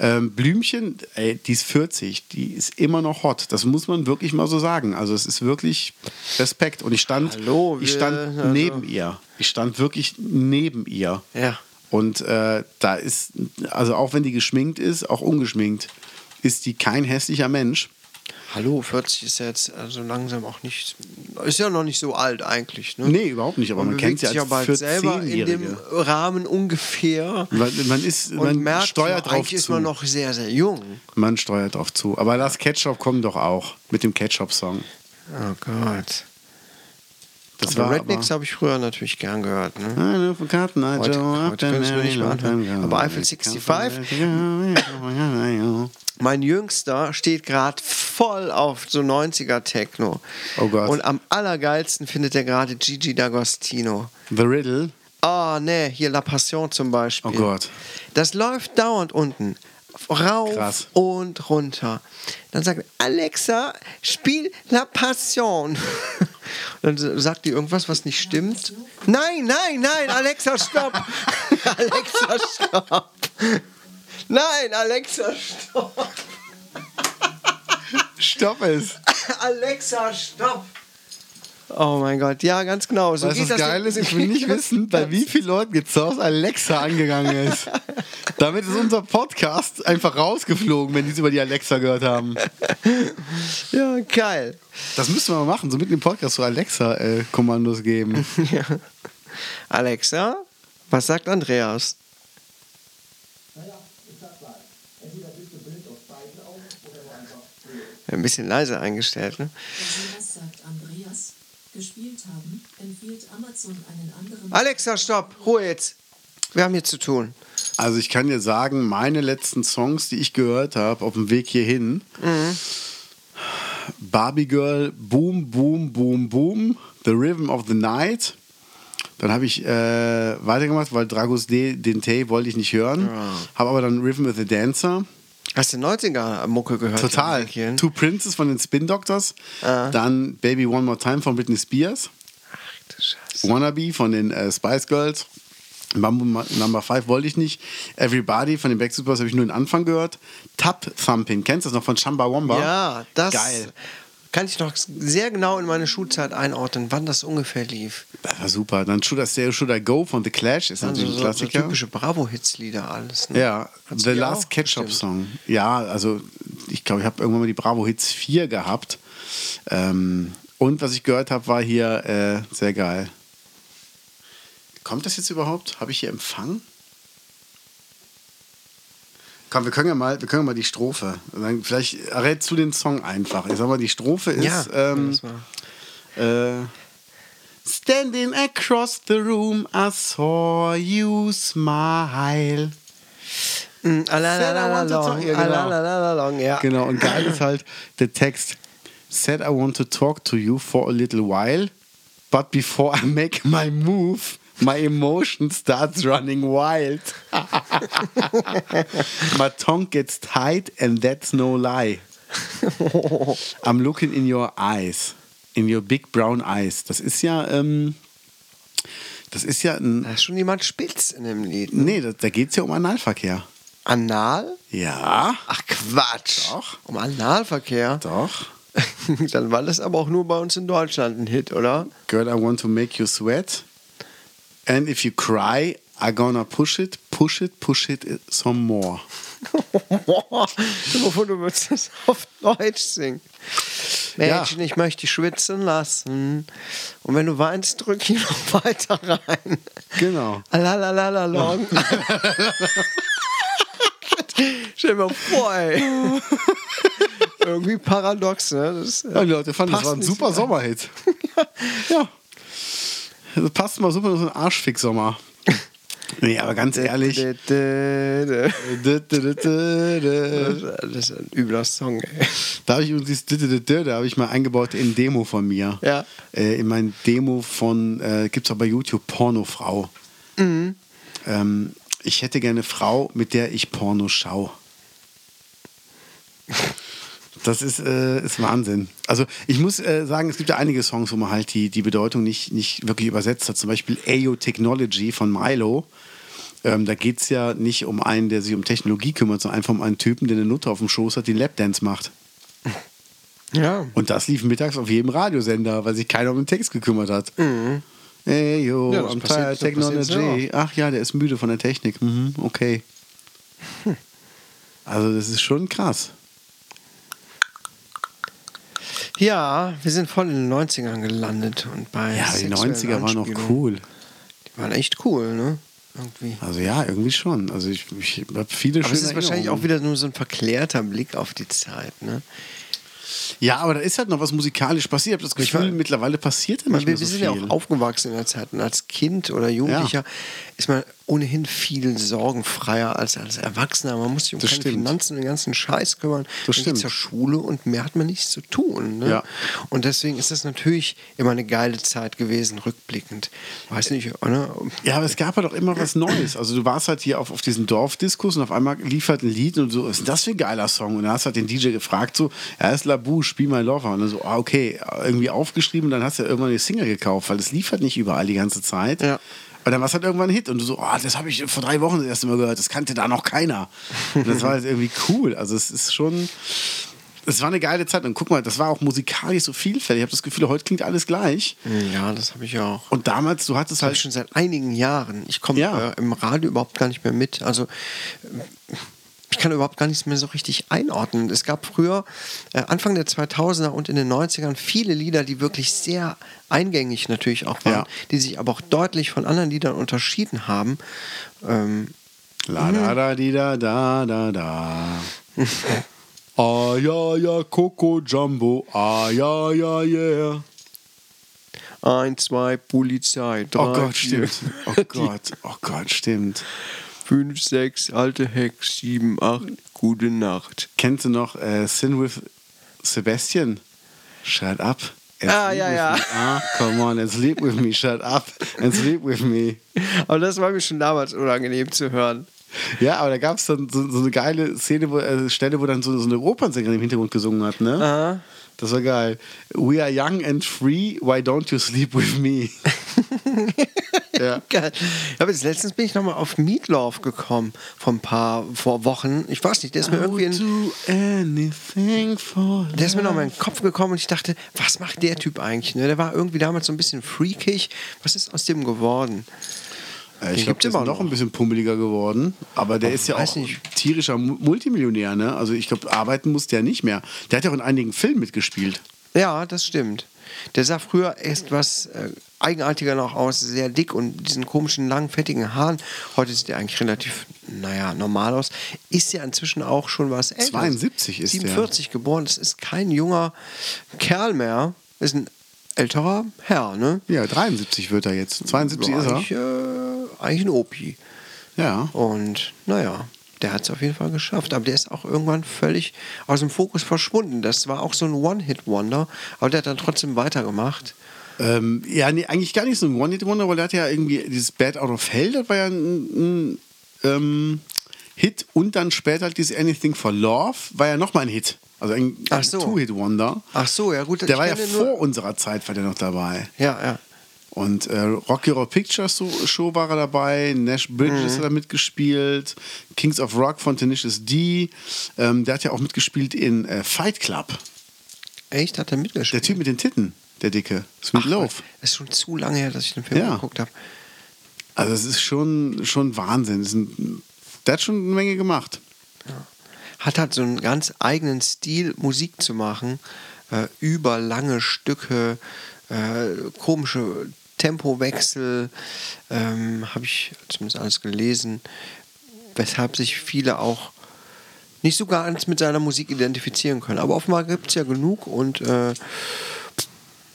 S2: Ähm, Blümchen, ey, die ist 40, die ist immer noch hot. Das muss man wirklich mal so sagen. Also es ist wirklich Respekt. Und ich stand,
S1: Hallo,
S2: ich
S1: wir-
S2: stand
S1: also-
S2: neben ihr. Ich stand wirklich neben ihr.
S1: Ja.
S2: Und äh, da ist, also auch wenn die geschminkt ist, auch ungeschminkt, ist die kein hässlicher Mensch.
S1: Hallo, 40 ist ja jetzt also langsam auch nicht. Ist ja noch nicht so alt eigentlich. Ne?
S2: Nee, überhaupt nicht, aber man
S1: bewegt
S2: kennt sie
S1: sich
S2: als
S1: aber halt selber in dem
S2: 14-Jährige.
S1: Rahmen ungefähr.
S2: Man, man ist,
S1: Und
S2: man
S1: merkt,
S2: steuert drauf
S1: eigentlich ist
S2: zu.
S1: man noch sehr, sehr jung.
S2: Man steuert drauf zu. Aber das Ketchup kommt doch auch mit dem Ketchup-Song.
S1: Oh Gott.
S2: Das
S1: aber
S2: war
S1: Rednecks
S2: aber,
S1: habe ich früher natürlich gern gehört. Ne?
S2: Eine von Karten, I
S1: Heute-
S2: Joe,
S1: heute
S2: up and
S1: können sie mir nicht mehr
S2: down,
S1: anhören.
S2: down, down.
S1: Aber Eiffel 65?
S2: Oh
S1: Mein Jüngster steht gerade voll auf so 90er Techno.
S2: Oh Gott.
S1: Und am allergeilsten findet er gerade Gigi D'Agostino.
S2: The Riddle.
S1: Ah, ne, hier La Passion zum Beispiel.
S2: Oh Gott.
S1: Das läuft dauernd unten. Rauf
S2: Krass.
S1: und runter. Dann sagt er, Alexa, spiel La Passion. Und dann sagt die irgendwas, was nicht stimmt. Nein, nein, nein, Alexa, stopp. Alexa, stopp. Nein, Alexa, stopp.
S2: Stopp es.
S1: Alexa, stopp. Oh mein Gott, ja, ganz genau. So
S2: weißt du,
S1: geht
S2: was
S1: das
S2: geil
S1: so-
S2: ist? Ich will nicht wissen, bei wie vielen Leuten Gezaus Alexa angegangen ist. Damit ist unser Podcast einfach rausgeflogen, wenn die es über die Alexa gehört haben.
S1: Ja, geil.
S2: Das müssen wir mal machen, so mitten im Podcast so Alexa-Kommandos geben.
S1: Ja. Alexa, was sagt Andreas? Ein bisschen leise eingestellt, ne?
S3: Andreas sagt Andreas, gespielt haben, empfiehlt Amazon einen anderen.
S1: Alexa, stopp, Ruhe jetzt. Wir haben hier zu tun.
S2: Also ich kann dir sagen, meine letzten Songs, die ich gehört habe auf dem Weg hierhin, Barbie Girl, Boom, Boom, Boom, Boom, The Rhythm of the Night. Dann habe ich äh, weitergemacht, weil Dragos D, den Tay wollte ich nicht hören. Habe aber dann Rhythm with the Dancer.
S1: Hast du 90er-Mucke gehört?
S2: Total.
S1: Jürgen?
S2: Two Princes von den Spin Doctors.
S1: Ah.
S2: Dann Baby One More Time von Britney Spears.
S1: Ach du Scheiße.
S2: Wannabe von den äh, Spice Girls. Mambo Ma- Number 5 wollte ich nicht. Everybody von den Backstreet Boys habe ich nur den Anfang gehört. Tap Thumping, kennst du das noch von Chamba Wamba?
S1: Ja, das
S2: Geil.
S1: kann ich noch sehr genau in meine Schulzeit einordnen, wann das ungefähr lief.
S2: Das war super. Dann Should I Stay or Should I Go von The Clash ist
S1: Also
S2: natürlich
S1: so,
S2: ein
S1: so
S2: Klassiker.
S1: typische Bravo-Hits-Lieder alles. Ne?
S2: ja,
S1: Hat's
S2: The
S1: die
S2: Last
S1: auch?
S2: Ketchup
S1: Stimmt.
S2: Song. Ja, also ich glaube, ich habe irgendwann mal die Bravo Hits 4 gehabt. Ähm, und was ich gehört habe, war hier äh, sehr geil. Kommt das jetzt überhaupt? Habe ich hier Empfang? Komm, wir können ja mal, wir können ja mal die Strophe. Dann vielleicht errätst du den Song einfach. Ich sag mal, die Strophe ist.
S1: Ja,
S2: ähm,
S1: das war-
S2: äh, Standing across the room, I saw you smile.
S1: Mm,
S2: Said I wanted
S1: alalalalong,
S2: to- ja, genau.
S1: alalalalong, ja.
S2: Genau, und geil ist halt der Text. Said I want to talk to you for a little while, but before I make my move, my emotion starts running wild. my tongue gets tight and that's no lie. I'm looking in your eyes, in your big brown eyes. Das ist ja, ähm, das ist ja ein,
S1: Da ist schon jemand spitz in dem Lied. Ne?
S2: nee, da, da geht es ja um Analverkehr.
S1: Anal?
S2: Ja,
S1: Ach Quatsch.
S2: Doch.
S1: Um Analverkehr?
S2: doch.
S1: Dann war das aber auch nur bei uns in Deutschland ein Hit, oder?
S2: Girl, I want to make you sweat. And if you cry, I gonna push it, push it, push it some more.
S1: Wovon du würdest das auf Deutsch singen.
S2: Ja.
S1: Mädchen, ich möchte dich schwitzen lassen. Und wenn du weinst, drück ich noch weiter rein.
S2: Genau.
S1: Alalalalong. Stell dir mal vor, ey. Irgendwie paradox, ne? Das,
S2: Ja, die Leute fanden, das
S1: Passt
S2: war ein
S1: nicht
S2: super
S1: rein.
S2: Sommerhit. ja. Das passt mal super in so einen Arschfick-Sommer. Nee, aber ganz ehrlich. dü- dü- dü- dü-
S1: Das
S2: dü.
S1: ist ein übler Song, ey.
S2: Da habe ich übrigens dieses dü- dü- dü- dü, da habe ich mal eingebaut in Demo von mir.
S1: Ja.
S2: Äh, in mein Demo von, äh, gibt es auch bei YouTube, Pornofrau. Ähm, ich hätte gerne eine Frau, mit der ich Porno schaue. Das ist, äh, ist Wahnsinn. Also ich muss äh, sagen, es gibt ja einige Songs, wo man halt die, die Bedeutung nicht, nicht wirklich übersetzt hat. Zum Beispiel Ayo Technology von Milo. Ähm, da geht es ja nicht um einen, der sich um Technologie kümmert, sondern einfach um einen Typen, der eine Nutte auf dem Schoß hat, die einen Lapdance macht.
S1: Ja.
S2: Und das lief mittags auf jedem Radiosender, weil sich keiner um den Text gekümmert hat. Ey, yo,
S1: Mhm. Ja, das passiert-
S2: I'm tired
S1: das passiert
S2: technology.
S1: sehr
S2: Ach ja, der ist müde von der Technik. Mhm, okay.
S1: Hm.
S2: Also, das ist schon krass.
S1: ja, wir sind voll in den 90ern gelandet. Und bei
S2: Ja, die
S1: sexuellen
S2: 90er waren noch
S1: Anspielungen.
S2: cool.
S1: Die waren echt cool, ne? Irgendwie.
S2: Also, ja, irgendwie schon. Also, ich, ich habe viele
S1: Aber
S2: schöne
S1: es ist wahrscheinlich
S2: Erinnerungen.
S1: auch wieder nur so ein verklärter Blick auf die Zeit, ne?
S2: Ja, aber da ist halt noch was musikalisch passiert. Ich habe das
S1: Ich
S2: Gefühl,
S1: mein-
S2: mittlerweile passiert ja
S1: Man,
S2: nicht
S1: wir
S2: mehr so
S1: wir sind
S2: viel.
S1: ja auch aufgewachsen in der Zeit. Und als Kind oder Jugendlicher
S2: Ja.
S1: ist man ohnehin viel sorgenfreier als als Erwachsener. Man muss sich um
S2: Das
S1: keine
S2: stimmt.
S1: Finanzen und den ganzen Scheiß kümmern.
S2: Das
S1: Dann geht's
S2: stimmt.
S1: zur Schule und mehr hat man nichts zu tun. Ne?
S2: Ja.
S1: Und deswegen ist das natürlich immer eine geile Zeit gewesen, rückblickend. Weiß nicht, ne?
S2: Ja, aber es gab ja doch immer was Neues. Also du warst halt hier auf, auf diesen Dorfdiskus und auf einmal lief halt ein Lied und so, was ist denn das für ein geiler Song? Und dann hast du halt den DJ gefragt, so, er ist Labu, spiel My Lover. Und dann so, ah, okay, irgendwie aufgeschrieben und dann hast du ja irgendwann die Single gekauft, weil das lief halt nicht überall die ganze Zeit.
S1: Ja.
S2: Und dann war es halt irgendwann ein Hit und du so, ah, das habe ich vor drei Wochen das erste Mal gehört, das kannte da noch keiner. Und das war halt irgendwie cool. Also es ist schon, Es war eine geile Zeit. Und guck mal, das war auch musikalisch so vielfältig. Ich habe das Gefühl, heute klingt alles gleich.
S1: Ja, das habe ich auch.
S2: Und damals, du hattest
S1: Das habe
S2: halt
S1: ich schon seit einigen Jahren. Ich komme
S2: Ja.
S1: äh, im Radio überhaupt gar nicht mehr mit. Also äh, ich kann überhaupt gar nichts mehr so richtig einordnen. Es gab früher, äh, Anfang der 2000er und in den 90ern, viele Lieder, die wirklich sehr eingängig natürlich auch waren,
S2: Ja.
S1: die sich aber auch deutlich von anderen Liedern unterschieden haben. Ähm,
S2: La da da di da da da da. Ah ja ja Coco Jumbo. Ah ja ja
S1: Oh
S2: yeah.
S1: ein, zwei, Polizei, drei,
S2: Oh Gott,
S1: vier,
S2: stimmt. Oh Gott, oh Gott, stimmt.
S1: fünf, sechs, alte Hex, sieben, acht, gute Nacht.
S2: Kennst du noch äh, Sin with Sebastian? Shut up. And
S1: Ah,
S2: sleep
S1: ja,
S2: with
S1: ja.
S2: me. Ah, come on, and sleep with me. Shut up and sleep with me.
S1: Aber das war mir schon damals unangenehm zu hören.
S2: Ja, aber da gab es dann so, so eine geile Szene, wo, äh, Stelle, wo dann so, so eine Opernsängerin im Hintergrund gesungen hat, ne?
S1: Aha.
S2: Das war geil. We are young and free, why don't you sleep with me? ja.
S1: Geil. Ja, aber jetzt letztens bin ich nochmal auf Meatloaf gekommen, vor ein paar vor Wochen. Ich weiß nicht, der ist mir irgendwie in,
S2: do anything for
S1: der ist mir nochmal in den Kopf gekommen und ich dachte, was macht der Typ eigentlich? Ne? Der war irgendwie damals so ein bisschen freakig. Was ist aus dem geworden?
S2: Äh, ich
S1: Den
S2: glaube,
S1: gibt's
S2: der ist
S1: immer
S2: noch,
S1: noch.
S2: ein bisschen pummeliger geworden, aber der ist ja
S1: weiß
S2: auch
S1: nicht.
S2: tierischer Mu- Multimillionär, ne? Also ich glaube, arbeiten muss der nicht mehr. Der hat ja auch in einigen Filmen mitgespielt.
S1: Ja, das stimmt. Der sah früher etwas äh, eigenartiger noch aus, sehr dick und diesen komischen, langen, fettigen Haaren. Heute sieht er eigentlich relativ, naja, normal aus. Ist ja inzwischen auch schon was älter.
S2: 72 ist der.
S1: 47 geboren, das ist kein junger Kerl mehr. Ist ein älterer Herr, ne?
S2: Ja, 73 wird er jetzt. 72 ist er.
S1: eigentlich, äh, eigentlich ein Opi.
S2: Ja.
S1: Und naja, der hat es auf jeden Fall geschafft. Aber der ist auch irgendwann völlig aus dem Fokus verschwunden. Das war auch so ein One-Hit-Wonder. Aber der hat dann trotzdem weitergemacht.
S2: Ähm, ja, nee, eigentlich gar nicht so ein One-Hit-Wonder, weil er hat ja irgendwie dieses Bad Out of Hell, das war ja ein, ein ähm, Hit und dann später halt dieses Anything for Love, war ja nochmal ein Hit. Also ein
S1: Ach so.
S2: Two-Hit-Wonder.
S1: Ach so, ja gut.
S2: Der war ja
S1: kenne
S2: vor unserer Zeit, war der noch dabei.
S1: Ja, ja.
S2: Und äh, Rocky Horror Picture Show Show war er dabei, Nash
S1: Mhm.
S2: Bridges hat er mitgespielt, Kings of Rock von Tenacious D. Ähm, der hat ja auch mitgespielt in äh, Fight Club.
S1: Echt? Hat er
S2: Der
S1: mitgespielt?
S2: Typ mit den Titten, der Dicke. Sweet Love.
S1: Ist schon zu lange her, dass ich den Film
S2: Ja.
S1: geguckt habe.
S2: Also es ist schon, schon Wahnsinn. Es ist ein, der hat schon eine Menge gemacht.
S1: Hat halt so einen ganz eigenen Stil, Musik zu machen. Äh, über lange Stücke, äh, komische Tempowechsel, ähm, habe ich zumindest alles gelesen. Weshalb sich viele auch nicht so ganz mit seiner Musik identifizieren können. Aber offenbar gibt es ja genug und äh,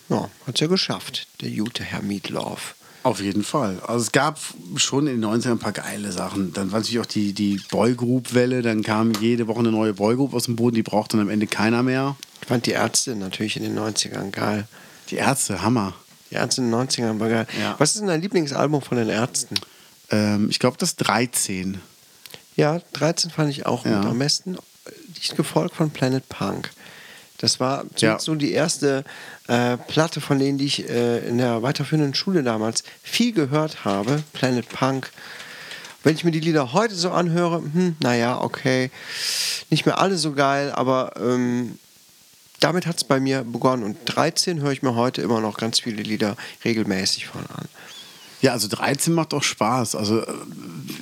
S1: ja, hat es ja geschafft, der gute Herr Meatloaf.
S2: Auf jeden Fall. Also es gab schon in den 90ern ein paar geile Sachen. Dann war natürlich auch die, die Boygroup-Welle. Dann kam jede Woche eine neue Boygroup aus dem Boden. Die braucht dann am Ende keiner mehr.
S1: Ich fand die Ärzte natürlich in den 90ern geil.
S2: Die Ärzte, Hammer.
S1: Die Ärzte in den 90ern war geil.
S2: Ja.
S1: Was ist denn dein Lieblingsalbum von den Ärzten?
S2: Ähm, ich glaube, das 13.
S1: Ja, 13 fand ich auch
S2: Ja.
S1: gut. Am besten äh, dicht gefolgt von Planet Punk. Das war
S2: Ja.
S1: zumindest so die erste äh, Platte von denen, die ich äh, in der weiterführenden Schule damals viel gehört habe. Planet Punk. Wenn ich mir die Lieder heute so anhöre, hm, naja, okay, nicht mehr alle so geil, aber ähm, damit hat es bei mir begonnen. Und 13 höre ich mir heute immer noch ganz viele Lieder regelmäßig von an.
S2: Ja, also 13 macht auch Spaß. Also äh,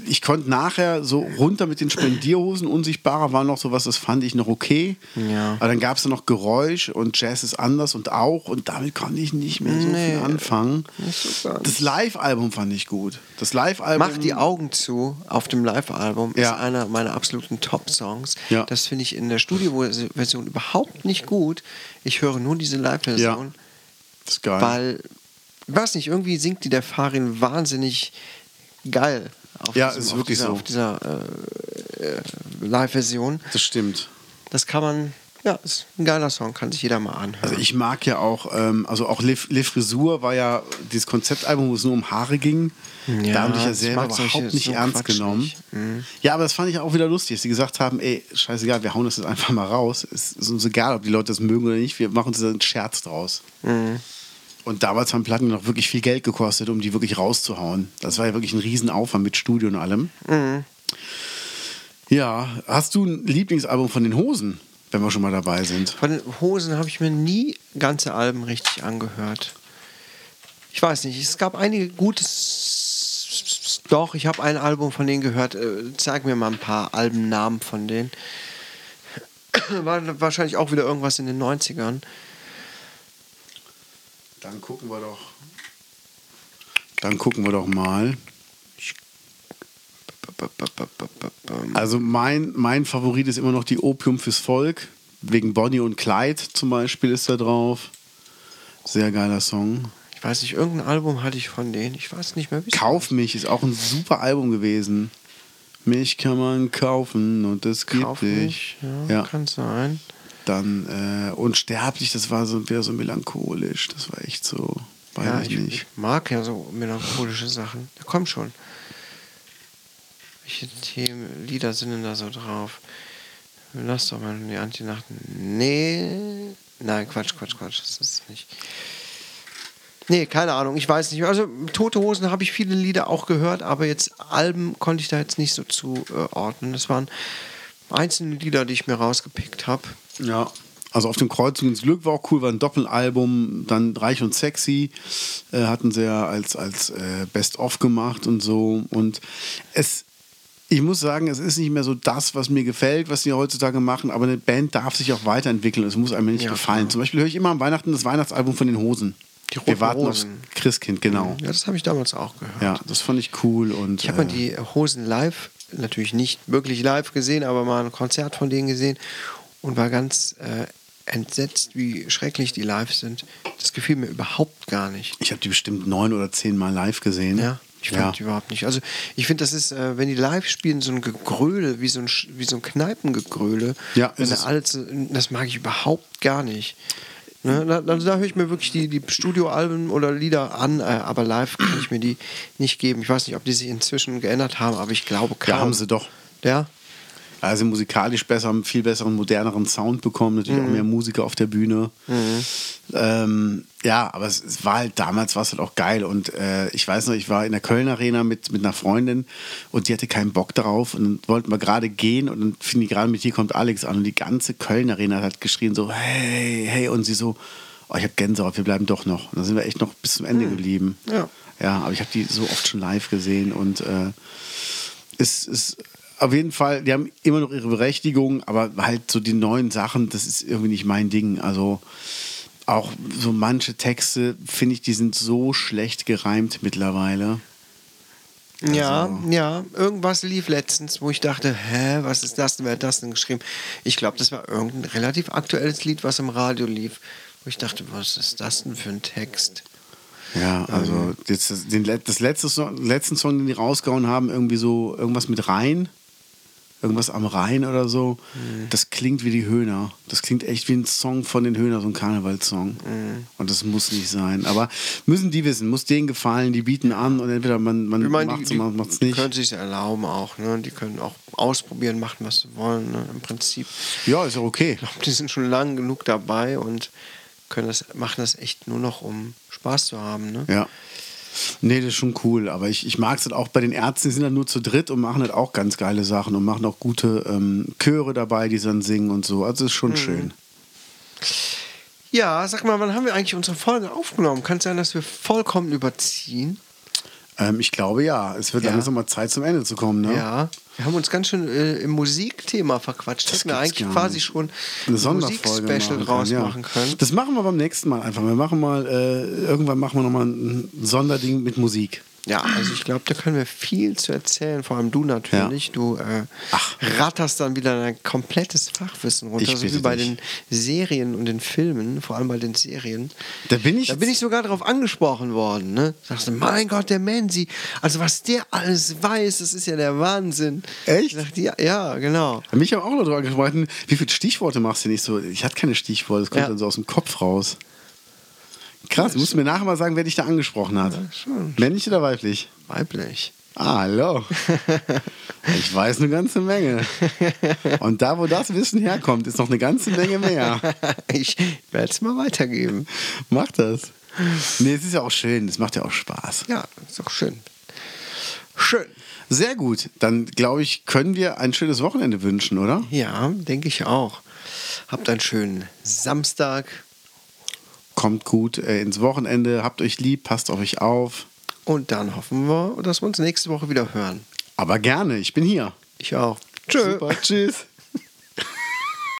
S2: ich konnte nachher so runter mit den Spendierhosen. Unsichtbarer war noch sowas, das fand ich noch okay.
S1: Ja.
S2: Aber dann gab es noch Geräusch und Jazz ist anders und auch. Und damit konnte ich nicht mehr so
S1: Nee,
S2: viel anfangen.
S1: so gar nicht.
S2: Das Live-Album fand ich gut. Das Live-Album.
S1: Mach die Augen zu auf dem Live-Album
S2: Ähm, Ja.
S1: ist einer meiner absoluten Top-Songs.
S2: Ja.
S1: Das finde ich in der Studio-Version überhaupt nicht gut. Ich höre nur diese Live-Version,
S2: Das ist geil.
S1: weil, ich weiß nicht, irgendwie singt die der Farin wahnsinnig geil. Auf
S2: Ja, ist wirklich so.
S1: auf dieser, so. Auf dieser äh, äh, Live-Version.
S2: das stimmt.
S1: Das kann man, ja, ist ein geiler Song, kann sich jeder mal anhören.
S2: Also ich mag ja auch, ähm, also auch Le, Le Frisur war ja dieses Konzeptalbum, wo es nur um Haare ging.
S1: Ja,
S2: da haben dich ja
S1: ich
S2: selber
S1: mag solche-
S2: überhaupt nicht
S1: so
S2: ernst
S1: Quatsch
S2: genommen.
S1: nicht. Mhm.
S2: Ja, aber das fand ich auch wieder lustig, dass sie gesagt haben, ey, scheißegal, wir hauen das jetzt einfach mal raus. Es ist uns egal, ob die Leute das mögen oder nicht, wir machen uns da einen Scherz draus.
S1: Mhm.
S2: Und damals haben Platten noch wirklich viel Geld gekostet, um die wirklich rauszuhauen. Das war ja wirklich ein Riesenaufwand mit Studio
S1: Mhm.
S2: und allem. Ja, hast du ein Lieblingsalbum von den Hosen? wenn wir schon mal dabei sind.
S1: Von den Hosen habe ich mir nie ganze Alben richtig angehört. Ich weiß nicht, es gab einige gute. S- Doch, ich habe ein Album von denen gehört. Äh, Zeig mir mal ein paar Albennamen von denen. War wahrscheinlich auch wieder irgendwas in den 90ern.
S2: Dann gucken wir doch. Dann gucken wir doch mal. Also mein, mein Favorit ist immer noch die Opium fürs Volk. Wegen Bonnie und Clyde zum Beispiel ist da drauf. Sehr geiler Song.
S1: Ich weiß nicht, irgendein Album hatte ich von denen. Ich weiß nicht mehr, wie
S2: Kauf mich ist auch ein super Album gewesen. Mich kann man kaufen und es gibt
S1: Kauf
S2: dich.
S1: mich. Ja,
S2: Ja,
S1: Kann sein.
S2: Dann äh, unsterblich, das war so wieder so melancholisch. Das war echt so, weiß
S1: Ja,
S2: ich
S1: ich,
S2: nicht.
S1: ich mag ja so melancholische Sachen. Ja, komm schon. Welche Themen, Lieder sind denn da so drauf? Lass doch mal die Antinacht. Nee. Nein, Quatsch, Quatsch, Quatsch. Das ist nicht. Nee, keine Ahnung, ich weiß nicht. Also, Tote Hosen habe ich viele Lieder auch gehört, aber jetzt Alben konnte ich da jetzt nicht so zuordnen. Das waren einzelne Lieder, die ich mir rausgepickt habe.
S2: Ja. Also auf dem Kreuzung ins Glück war auch cool, war ein Doppelalbum, dann Reich und Sexy äh, hatten sie ja als, als äh, Best-of gemacht und so. Und es, ich muss sagen, es ist nicht mehr so das, was mir gefällt, was sie heutzutage machen, aber eine Band darf sich auch weiterentwickeln. Es muss einem nicht
S1: Ja,
S2: gefallen.
S1: klar.
S2: Zum Beispiel höre ich immer am Weihnachten das Weihnachtsalbum von den Hosen.
S1: Die Roten
S2: Wir warten aufs
S1: Rosen.
S2: Christkind, genau.
S1: Ja, das habe ich damals auch gehört.
S2: Ja, das fand ich cool. Und,
S1: Ich habe mal
S2: äh,
S1: die Hosen live, natürlich nicht wirklich live gesehen, aber mal ein Konzert von denen gesehen und war ganz äh, entsetzt, wie schrecklich die live sind. Das gefiel mir überhaupt gar nicht.
S2: ich habe die bestimmt neun oder zehn Mal live gesehen.
S1: Ja, ich fand die überhaupt nicht. Also ich finde, das ist, äh, wenn die live spielen, so ein Gegröle, wie so ein, Sch- wie so ein Kneipengegröle.
S2: Ja,
S1: wenn
S2: ist
S1: da
S2: es.
S1: alles, so- das mag ich überhaupt gar nicht. Ne, da, also da höre ich mir wirklich die, die Studioalben oder Lieder an, äh, aber live kann ich mir die nicht geben. Ich weiß nicht, ob die sich inzwischen geändert haben, aber ich glaube kaum.
S2: ja, haben sie doch.
S1: Ja,
S2: Also musikalisch besser, haben einen viel besseren, moderneren Sound bekommen, natürlich auch mehr Musiker auf der Bühne. Ähm, ja, aber es, es war halt damals war es halt auch geil. Und äh, ich weiß noch, ich war in der Köln Arena mit, mit einer Freundin und die hatte keinen Bock darauf und dann wollten wir gerade gehen und dann fing die gerade mit hier kommt Alex an und die ganze Köln Arena hat geschrien so hey hey und sie so oh, ich habe Gänsehaut, wir bleiben doch noch. Und dann sind wir echt noch bis zum Ende geblieben.
S1: Ja.
S2: Ja, aber ich habe die so oft schon live gesehen und äh, es ist auf jeden Fall, die haben immer noch ihre Berechtigung, aber halt so die neuen Sachen, das ist irgendwie nicht mein Ding. Also auch so manche Texte, finde ich, die sind so schlecht gereimt mittlerweile.
S1: ja,
S2: Also,
S1: ja. Irgendwas lief letztens, wo ich dachte, hä, was ist das denn? Wer hat das denn geschrieben? Ich glaube, das war irgendein relativ aktuelles Lied, was im Radio lief. Wo ich dachte, was ist das denn für ein Text?
S2: Ja,
S1: Ähm,
S2: also jetzt das, den, let- das letzte Song, letzten Song, den die rausgehauen haben, irgendwie so irgendwas mit Rhein, irgendwas am Rhein oder so, das klingt wie die Höhner. Das klingt echt wie ein Song von den Höhner, so ein Karnevalssong. Und das muss nicht sein. Aber müssen die wissen, muss denen gefallen, die bieten an und entweder man, man
S1: Ich meine, die,
S2: macht's
S1: die,
S2: oder man macht's
S1: die
S2: nicht.
S1: können sich erlauben auch. Ne? Die können auch ausprobieren, machen, was sie wollen. Ne? Im Prinzip,
S2: Ja, ist ja okay.
S1: ich glaube, die sind schon lang genug dabei und können das, machen das echt nur noch, um Spaß zu haben. Ne?
S2: Ja. Nee, das ist schon cool. Aber ich, ich mag es halt auch bei den Ärzten, die sind halt nur zu dritt und machen halt auch ganz geile Sachen und machen auch gute ähm, Chöre dabei, die dann singen und so. Also ist
S1: Mhm.
S2: schon schön.
S1: Ja, sag mal, wann haben wir eigentlich unsere Folge aufgenommen? Kann es sein, dass wir vollkommen überziehen?
S2: Ähm, ich glaube ja, es wird
S1: Ja.
S2: langsam mal Zeit zum Ende zu kommen. Ne?
S1: Ja, wir haben uns ganz schön äh, im Musikthema verquatscht. Hätten wir
S2: gibt's
S1: eigentlich
S2: gar
S1: quasi
S2: nicht.
S1: schon
S2: Eine
S1: ein
S2: Sonderfolge
S1: Musikspecial
S2: machen
S1: draus
S2: können, ja.
S1: machen können.
S2: Das machen wir beim nächsten Mal einfach. Wir machen mal, äh, irgendwann machen wir nochmal ein Sonderding mit Musik.
S1: Ja, also ich glaube, da können wir viel zu erzählen, vor allem du natürlich. Du äh,
S2: Ach.
S1: ratterst dann wieder dein komplettes Fachwissen runter,
S2: Ich
S1: so wie
S2: bitte
S1: bei
S2: dich.
S1: den Serien und den Filmen, vor allem bei den Serien.
S2: Da bin ich
S1: Da bin ich sogar darauf angesprochen worden. Ne? Sagst du, mein Gott, der Mansi, also was der alles weiß, das ist ja der Wahnsinn.
S2: Echt?
S1: Ich dachte, ja, ja, genau.
S2: Mich haben auch noch darüber gesprochen, wie viele Stichworte machst du nicht so? Ich hatte keine Stichworte, das kommt
S1: Ja.
S2: dann so aus dem Kopf raus. Krass, musst du mir nachher mal sagen, wer dich da angesprochen hat.
S1: schon.
S2: Männlich oder weiblich?
S1: Weiblich.
S2: Ah, hallo. Ich weiß eine ganze Menge. Und da, wo das Wissen herkommt, ist noch eine ganze Menge mehr.
S1: Ich werde es mal weitergeben.
S2: Mach das. Nee, es ist ja auch schön, es macht ja auch Spaß.
S1: Ja, ist doch schön. Schön.
S2: Sehr gut, dann glaube ich, können wir ein schönes Wochenende wünschen, oder?
S1: Ja, denke ich auch. Habt einen schönen Samstag
S2: Kommt gut äh, ins Wochenende, habt euch lieb, passt auf euch auf.
S1: und dann hoffen wir, dass wir uns nächste Woche wieder hören.
S2: Aber gerne, ich bin hier.
S1: Ich auch. Tschö.
S2: Super, tschüss.